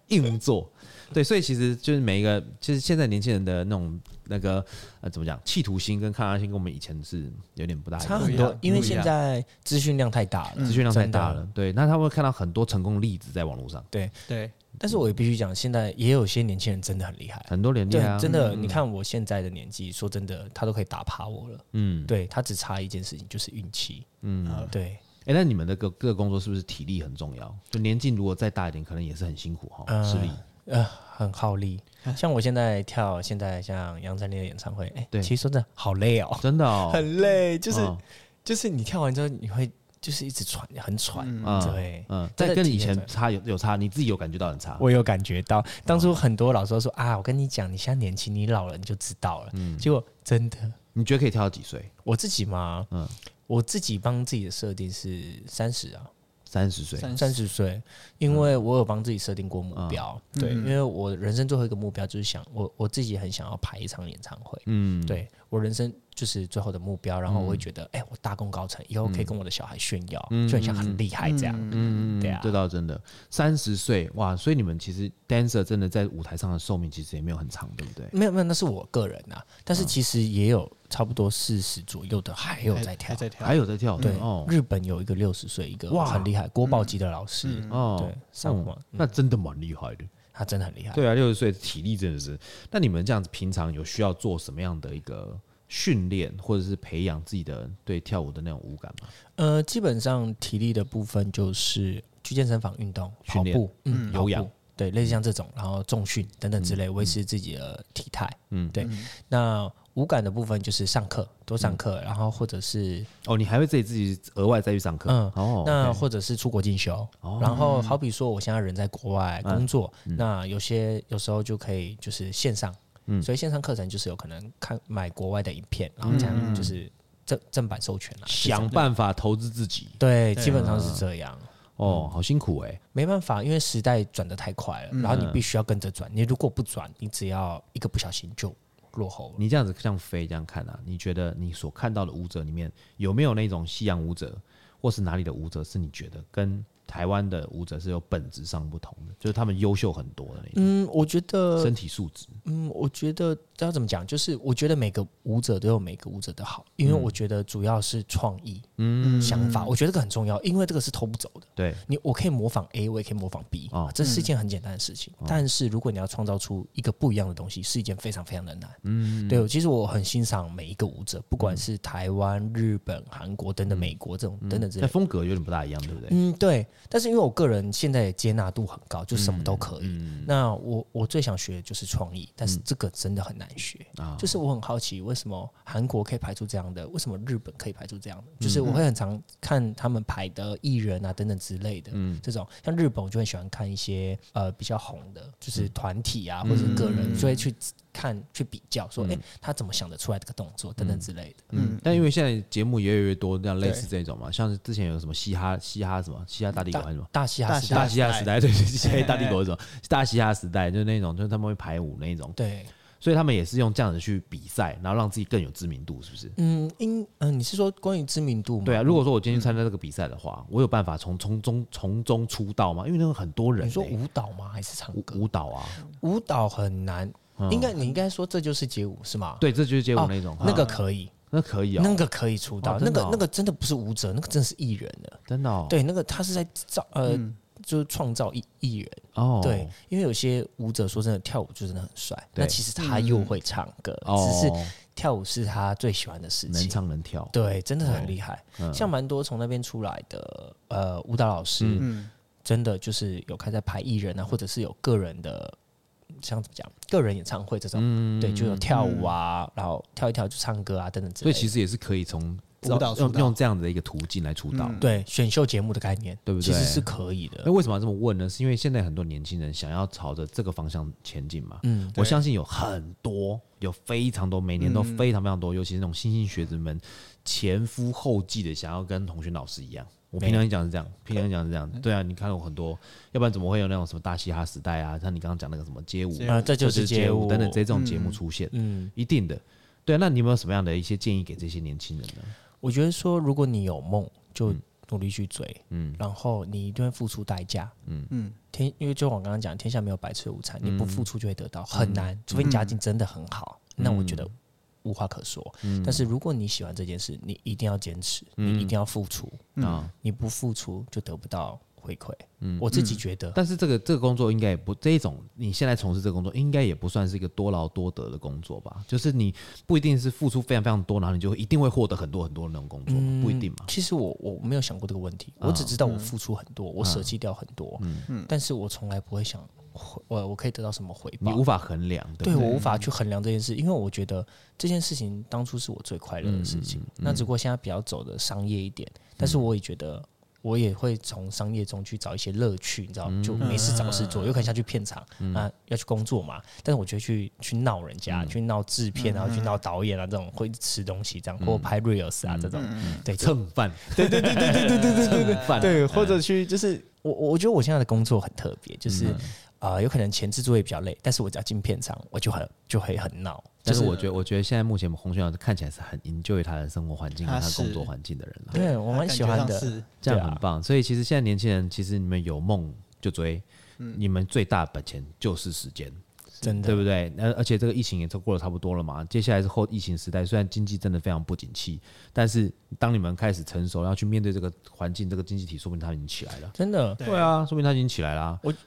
Speaker 1: 硬座，对，所以其实就是每一个，其实现在年轻人的那种那个呃怎么讲，企图心跟抗压性跟我们以前是有点不大一样，
Speaker 3: 差很多，因为
Speaker 1: 啊不一样嗯
Speaker 3: 现在资讯量太大了，
Speaker 1: 资讯量太大
Speaker 3: 真的
Speaker 1: 了。。对，那他会看到很多成功例子在网络上，
Speaker 3: 对，
Speaker 2: 对，
Speaker 3: 但是我也必须讲，现在也有些年轻人真的很厉害。
Speaker 1: 很多人厉
Speaker 3: 对
Speaker 1: 害啊，，
Speaker 3: 真的，你看我现在的年纪，说真的，他都可以打趴我了。
Speaker 1: 嗯，
Speaker 3: 对他只差一件事情，就是运气。嗯，对，
Speaker 1: 哎，那你们的各各个工作是不是体力很重要？就年纪如果再大一点，可能也是很辛苦哈，吃力。
Speaker 3: 呃，很耗力。
Speaker 1: 啊
Speaker 3: 像我现在跳，现在像杨丞琳的演唱会，哎、
Speaker 1: 对
Speaker 3: 其实说真的好累哦，
Speaker 1: 真的哦，
Speaker 3: 很累，就是、
Speaker 1: 嗯
Speaker 3: 就是你跳完之后，你会就是一直喘，很喘，对。
Speaker 1: 嗯，
Speaker 3: 真
Speaker 1: 但
Speaker 3: 的
Speaker 1: 跟
Speaker 3: 体
Speaker 1: 以
Speaker 3: 验
Speaker 1: 前
Speaker 3: 真的
Speaker 1: 差有有差，你自己有感觉到很差。
Speaker 3: 我有感觉
Speaker 1: 哦
Speaker 3: 到，当初很多老师都说啊，我跟你讲，你现在年轻，你老了你就知道了。
Speaker 1: 嗯
Speaker 3: 结果真的，
Speaker 1: 你觉得可以跳到几岁？
Speaker 3: 我自己嘛，
Speaker 1: 嗯
Speaker 3: 我自己帮自己的设定是三十啊，
Speaker 1: 三十嗯岁，
Speaker 2: 三
Speaker 3: 三十岁，因为我有帮自己设定过目标，
Speaker 1: 嗯
Speaker 3: 对，因为我人生最后一个目标就是想我我自己很想要排一场演唱会，
Speaker 1: 嗯，
Speaker 3: 对我人生就是最后的目标，然后我会觉得，哎、我大功告成，以后
Speaker 1: 嗯
Speaker 3: 可以跟我的小孩炫耀，就很像很厉害这样，嗯，对啊，
Speaker 1: 这倒真的。三十岁哇，所以你们其实 dancer 真的在舞台上的寿命其实也没有很长，对不对？
Speaker 3: 没有没有，那是我个人啊，但是其实也有差不多四十左右的还有
Speaker 2: 还
Speaker 3: 在跳
Speaker 2: 还，在跳，
Speaker 1: 还有在跳，
Speaker 3: 对，
Speaker 1: 哦
Speaker 3: 日本有一个六十岁一个
Speaker 1: 哇
Speaker 3: 很厉害国宝级的老师，
Speaker 1: 哦
Speaker 3: 对，上网
Speaker 1: 嗯那真的蛮厉害的。
Speaker 3: 他真的很厉害。
Speaker 1: 对啊，六十岁体力真的是。那你们这样子，平常有需要做什么样的一个训练或者是培养自己的对跳舞的那种舞感吗？
Speaker 3: 呃，基本上体力的部分就是去健身房运动、
Speaker 1: 训
Speaker 3: 跑
Speaker 1: 练
Speaker 3: 步、嗯，
Speaker 1: 有
Speaker 3: 跑步
Speaker 1: 氧，
Speaker 3: 对，类似像这种，然后重训等等之类，维持自己的体态。
Speaker 1: 嗯
Speaker 3: 嗯，对。那无感的部分就是上课，多上课，然后或者是
Speaker 1: 哦，你还会自己自己额外再去上课？
Speaker 3: 嗯
Speaker 1: 哦，
Speaker 3: 那
Speaker 1: OK
Speaker 3: 或者是出国进修，然后好比说我现在人在国外工作，那有些有时候就可以就是线上，所以线上课程就是有可能看买国外的影片，然后这样就是正正版授权了，就这样
Speaker 1: 想办法投资自己。
Speaker 3: 对，基本上是这样。
Speaker 1: 哦，好辛苦哎。
Speaker 3: 没办法，因为时代转得太快了，然后你必须要跟着转。你如果不转，你只要一个不小心就落后了。
Speaker 1: 你这样子像飞这样看啊，你觉得你所看到的舞者里面有没有那种西洋舞者，或是哪里的舞者是你觉得跟台湾的舞者是有本质上不同的，就是他们优秀很多的那种、
Speaker 3: 嗯，我觉得
Speaker 1: 身体素质？
Speaker 3: 嗯，我觉得要怎么讲，就是我觉得每个舞者都有每个舞者的好，因为我觉得主要是创意、嗯，想法，我觉得这个很重要，因为这个是偷不走的。
Speaker 1: 对，
Speaker 3: 你我可以模仿 A，我也可以模仿 B，、
Speaker 1: 哦
Speaker 3: 这是一件很简单的事情。但是如果你要创造出一个不一样的东西，是一件非常非常的难。嗯，对，其实我很欣赏每一个舞者，不管是台湾、日本、韩国等等，美国这种、等等之
Speaker 1: 但
Speaker 3: 类的。
Speaker 1: 风格有点不大一样，对不对？
Speaker 3: 嗯，对。但是因为我个人现在也接纳度很高，就什么
Speaker 1: 嗯
Speaker 3: 都可以。那我我最想学的就是创意，但是这个真的很难学。
Speaker 1: 嗯啊
Speaker 3: 就是我很好奇，为什么韩国可以排出这样的，为什么日本可以排出这样的？
Speaker 1: 嗯
Speaker 3: 就是我会很常看他们排的艺人啊等等之类的，
Speaker 1: 嗯
Speaker 3: 这种像日本我就很喜欢看一些呃比较红的，就是
Speaker 1: 嗯
Speaker 3: 团体啊、或者是个人，就会去看去比较，说哎、诶他怎么想得出来这个动作等等之类的。
Speaker 1: 嗯，但因为现在节目也越来越多这样类似这种嘛，像是之前有什么嘻哈嘻哈什么嘻哈大帝国还是什么。
Speaker 3: 大嘻哈
Speaker 2: 大
Speaker 3: 时
Speaker 2: 嘻
Speaker 3: 代，
Speaker 1: 大嘻哈时代，对 对，嘻哈大帝国是什么？大嘻哈时代就是那种，就是他们会排舞那种，
Speaker 3: 对，
Speaker 1: 所以他们也是用这样子去比赛，然后让自己更有知名度，是不是？
Speaker 3: 嗯，因嗯、你是说关于知名度吗？
Speaker 1: 对啊，如果说我今天去参加这个比赛的话，我有办法从从中从中出道吗？因为那个很多人、欸，
Speaker 3: 你说舞蹈吗？还是唱歌？
Speaker 1: 舞蹈啊，嗯
Speaker 3: 舞蹈很难，应该你应该说这就是街舞是吗？
Speaker 1: 对，这就是街舞
Speaker 3: 哦，
Speaker 1: 那种，
Speaker 3: 那个
Speaker 1: 啊
Speaker 3: 可以，
Speaker 1: 那可以啊、
Speaker 3: 那个可以出道
Speaker 1: 哦，
Speaker 3: 那
Speaker 1: 真的哦
Speaker 3: 个那个真的不是舞者，那个真的是艺人的。
Speaker 1: 真的、哦，嗯
Speaker 3: 对，那个他是在造呃，就是创造艺艺人。
Speaker 1: 哦，
Speaker 3: 对，因为有些舞者说真的跳舞就真的很帅，
Speaker 1: 对
Speaker 3: 那其实他又会唱歌，
Speaker 1: 哦，
Speaker 3: 只是跳舞是他最喜欢的事
Speaker 1: 能
Speaker 3: 情。
Speaker 1: 唱哦嗯能跳，
Speaker 3: 对，真的很厉害，像蛮多从那边出来的呃舞蹈老
Speaker 1: 嗯
Speaker 3: 师，真的就是有开在排艺人啊，或者是有个人的，像怎么讲，个人演唱会这种，
Speaker 1: 嗯
Speaker 3: 对，就有跳舞啊，然后跳一跳就唱歌啊等等之
Speaker 1: 所
Speaker 3: 类
Speaker 1: 以
Speaker 3: 的。
Speaker 1: 其实也是可以从
Speaker 2: 舞蹈出
Speaker 1: 用
Speaker 2: 道
Speaker 1: 用这样的一个途径来出道。
Speaker 3: 嗯对选秀节目的概念，
Speaker 1: 对不对
Speaker 3: 其实是可以的
Speaker 1: 那。为什么要这么问呢？是因为现在很多年轻人想要朝着这个方向前进嘛？
Speaker 3: 嗯，
Speaker 1: 我相信有很多，有非常多，每年都
Speaker 3: 嗯
Speaker 1: 非常非常多，尤其是那种新兴学子们前赴后继的想要跟同学老师一样。我平常讲是这样，平常讲是这样，对啊，你看有很多，要不然怎么会有那种什么大嘻哈时代啊？像你刚刚讲那个什么街舞
Speaker 2: 街
Speaker 1: 啊，
Speaker 3: 啊，这就是街舞
Speaker 1: 等等这种节目出现，
Speaker 3: 嗯，
Speaker 1: 一定的。对啊，那你有没有什么样的一些建议给这些年轻人呢？
Speaker 3: 我觉得说，如果你有梦，就努力去追，嗯，然后你一定会付出代价，嗯嗯。天，因为就我刚刚讲，天下没有白吃的午餐，你不付出就会得到，很难，除非你家境真的很好，那我觉得无话可说。但是如果你喜欢这件事，你一定要坚持，你一定要付出，
Speaker 1: 啊，
Speaker 3: 你不付出就得不到回馈。我自己觉得，
Speaker 1: 但是这个这个工作应该也不这一种，你现在从事这个工作应该也不算是一个多劳多得的工作吧？就是你不一定是付出非常非常多，然后你就一定会获得很多很多的那种工作嘛，
Speaker 3: 嗯
Speaker 1: 不一定嘛。
Speaker 3: 其实我我没有想过这个问题，我只知道我付出很多，我舍弃掉很多，但是我从来不会想回我我可以得到什么回
Speaker 1: 你
Speaker 3: 报。
Speaker 1: 无法衡量，对不嗯
Speaker 3: 对
Speaker 1: 对？
Speaker 3: 我无法去衡量这件事，因为我觉得这件事情当初是我最快乐的事情。那只不过现在比较走的商业一点，但是我也觉得我也会从商业中去找一些乐趣，你知道，就没事找事做，有可能像去片场啊要去工作嘛，但是我觉得去去闹人家，去闹制片啊，去闹导演啊这种会吃东西这样，或拍 reels 啊这种，对，这
Speaker 1: 蹭 饭，对对对对对对对对 对，蹭饭，
Speaker 3: 对，或者去就是我我我觉得我现在的工作很特别，就是
Speaker 1: 嗯
Speaker 3: 啊、呃有可能前置作业比较累，但是我只要进片场，我就很就会很闹。
Speaker 1: 但是我觉得，我觉得现在目前洪轩老师看起来是很 enjoy 他的生活环境和
Speaker 2: 他
Speaker 1: 他
Speaker 2: 是
Speaker 1: 工作环境的人了，
Speaker 3: 对啊嗯我蛮喜欢的，
Speaker 1: 这样
Speaker 3: 对啊
Speaker 1: 很棒。所以其实现在年轻人，其实你们有梦就追，
Speaker 3: 嗯
Speaker 1: 你们最大本钱就是时间。
Speaker 3: 真
Speaker 1: 对
Speaker 3: 的。
Speaker 1: 不对？那而且这个疫情也都过了差不多了嘛，接下来是后疫情时代，虽然经济真的非常不景气，但是当你们开始成熟，要去面对这个环境、这个经济体，说不定它已经起来了。
Speaker 3: 真的，
Speaker 1: 对啊，说明它已经起来了啊。
Speaker 3: 我
Speaker 1: 对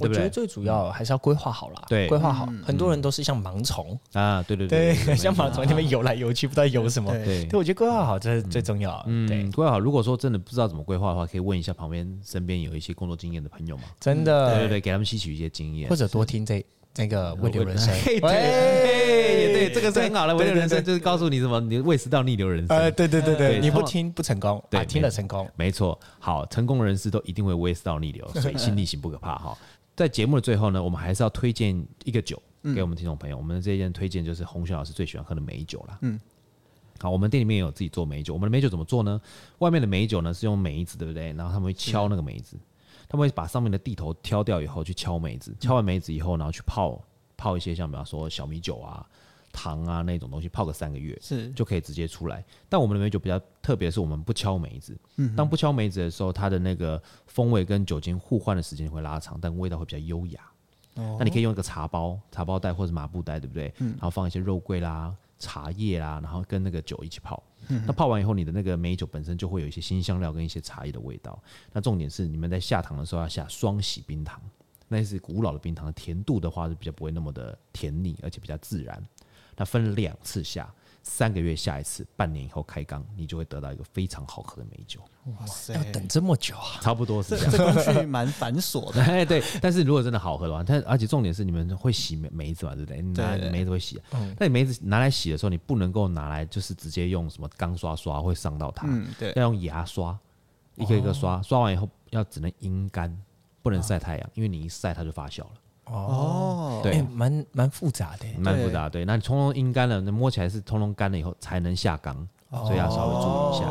Speaker 3: 我
Speaker 1: 不
Speaker 3: 觉得
Speaker 1: 对？
Speaker 3: 最主要还是要规划好啦，
Speaker 1: 对
Speaker 3: 规划好。很多人都是像盲从，
Speaker 1: 啊，对对
Speaker 3: 对，
Speaker 1: 对，
Speaker 3: 像盲从那边游来游去，不知道游什么。
Speaker 2: 对
Speaker 1: 对
Speaker 3: 对，我觉得规划好这是最重要。对
Speaker 1: 嗯，，规划好。如果说真的不知道怎么规划的话，可以问一下旁边身边有一些工作经验的朋友嘛。
Speaker 3: 真
Speaker 1: 对对
Speaker 3: 的，
Speaker 1: 对，给他们吸取一些经验
Speaker 3: 或。者多听这这个
Speaker 1: 呃
Speaker 3: 问流人 生
Speaker 1: 嘿。 对，
Speaker 3: 喂
Speaker 1: 嘿对，这个是很好的。
Speaker 3: 对
Speaker 1: 为
Speaker 3: 对
Speaker 1: 了人
Speaker 3: 对
Speaker 1: 生，就是告诉你什么，你胃食道逆流人
Speaker 3: 呃，
Speaker 1: 生。
Speaker 3: 对对对
Speaker 1: 对
Speaker 3: 对，你不
Speaker 1: 通常
Speaker 3: 听不成功，
Speaker 1: 对
Speaker 3: 啊，
Speaker 1: 没
Speaker 3: 听了成功。
Speaker 1: 没错，好，成功人士都一定会胃食道逆流，所以心力行不可怕哈。在节目的最后呢，我们还是要推荐一个酒给我们听众朋友。我们这一件推荐就是洪轩老师最喜欢喝的美酒啦。嗯，好，我们店里面也有自己做美酒。我们的美酒怎么做呢？外面的美酒呢是用梅子，对不对？然后他们会敲那个梅子，他们会把上面的地头挑掉以后去敲梅子，敲完梅子以后，然后去泡泡一些像比方说小米酒啊、糖啊那种东西，泡个三个月。
Speaker 2: 是
Speaker 1: 就可以直接出来。但我们的梅酒比较特别，是我们不敲梅子。当不敲梅子的时候，它的那个风味跟酒精互换的时间会拉长，但味道会比较优雅。
Speaker 2: 哦
Speaker 1: 那你可以用一个茶包、茶包袋或者麻布袋，对不对？然后放一些肉桂啦、茶叶啦，然后跟那个酒一起泡。那泡完以后，你的那个梅酒本身就会有一些新香料跟一些茶叶的味道。那重点是，你们在下糖的时候要下双喜冰糖，那是古老的冰糖，甜度的话是比较不会那么的甜腻，而且比较自然。那分两次下，三个月下一次，半年以后开缸，你就会得到一个非常好喝的美酒，
Speaker 2: 哇塞
Speaker 3: 要，等这么久啊？
Speaker 1: 差不多是
Speaker 2: 这
Speaker 1: 这样。
Speaker 2: 这工序蛮繁 琐的，
Speaker 1: 哎，对，但是如果真的好喝的话，但而且重点是你们会洗梅梅子嘛，对不对？拿
Speaker 2: 对嗯
Speaker 1: 梅子会洗，但你梅子拿来洗的时候，你不能够拿来就是直接用什么钢刷刷会伤到它，
Speaker 2: 嗯，哦对，
Speaker 1: 要用牙刷一个一个刷，刷完以后要只能阴干，不能晒太阳，因为你一晒它就发酵了。
Speaker 2: 哦，
Speaker 1: 对
Speaker 3: 哎，蛮蛮复杂的。
Speaker 1: 蛮
Speaker 2: 对
Speaker 1: 复杂，对。那你通通阴干了，那摸起来是通通干了以后才能下缸，所以要稍微注意一下，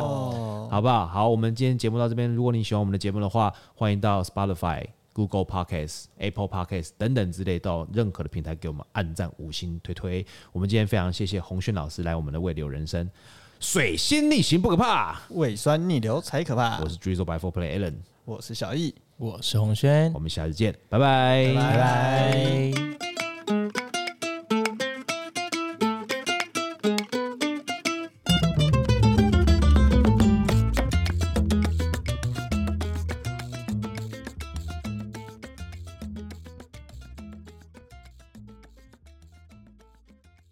Speaker 1: 好不好？好，我们今天节目到这边。如果你喜欢我们的节目的话，欢迎到 Spotify、Google Podcasts、Apple Podcasts 等等之类到任何的平台给我们按赞、五星推推。我们今天非常谢谢洪轩老师来我们的未流人生，水星逆行不可怕。
Speaker 2: 胃酸逆流才可怕
Speaker 1: 我。是 Drizzle by Four Play Allen，
Speaker 2: 我是小易，
Speaker 3: 我是洪轩
Speaker 1: 哎我，们下次见，拜拜
Speaker 2: 拜
Speaker 3: 拜拜。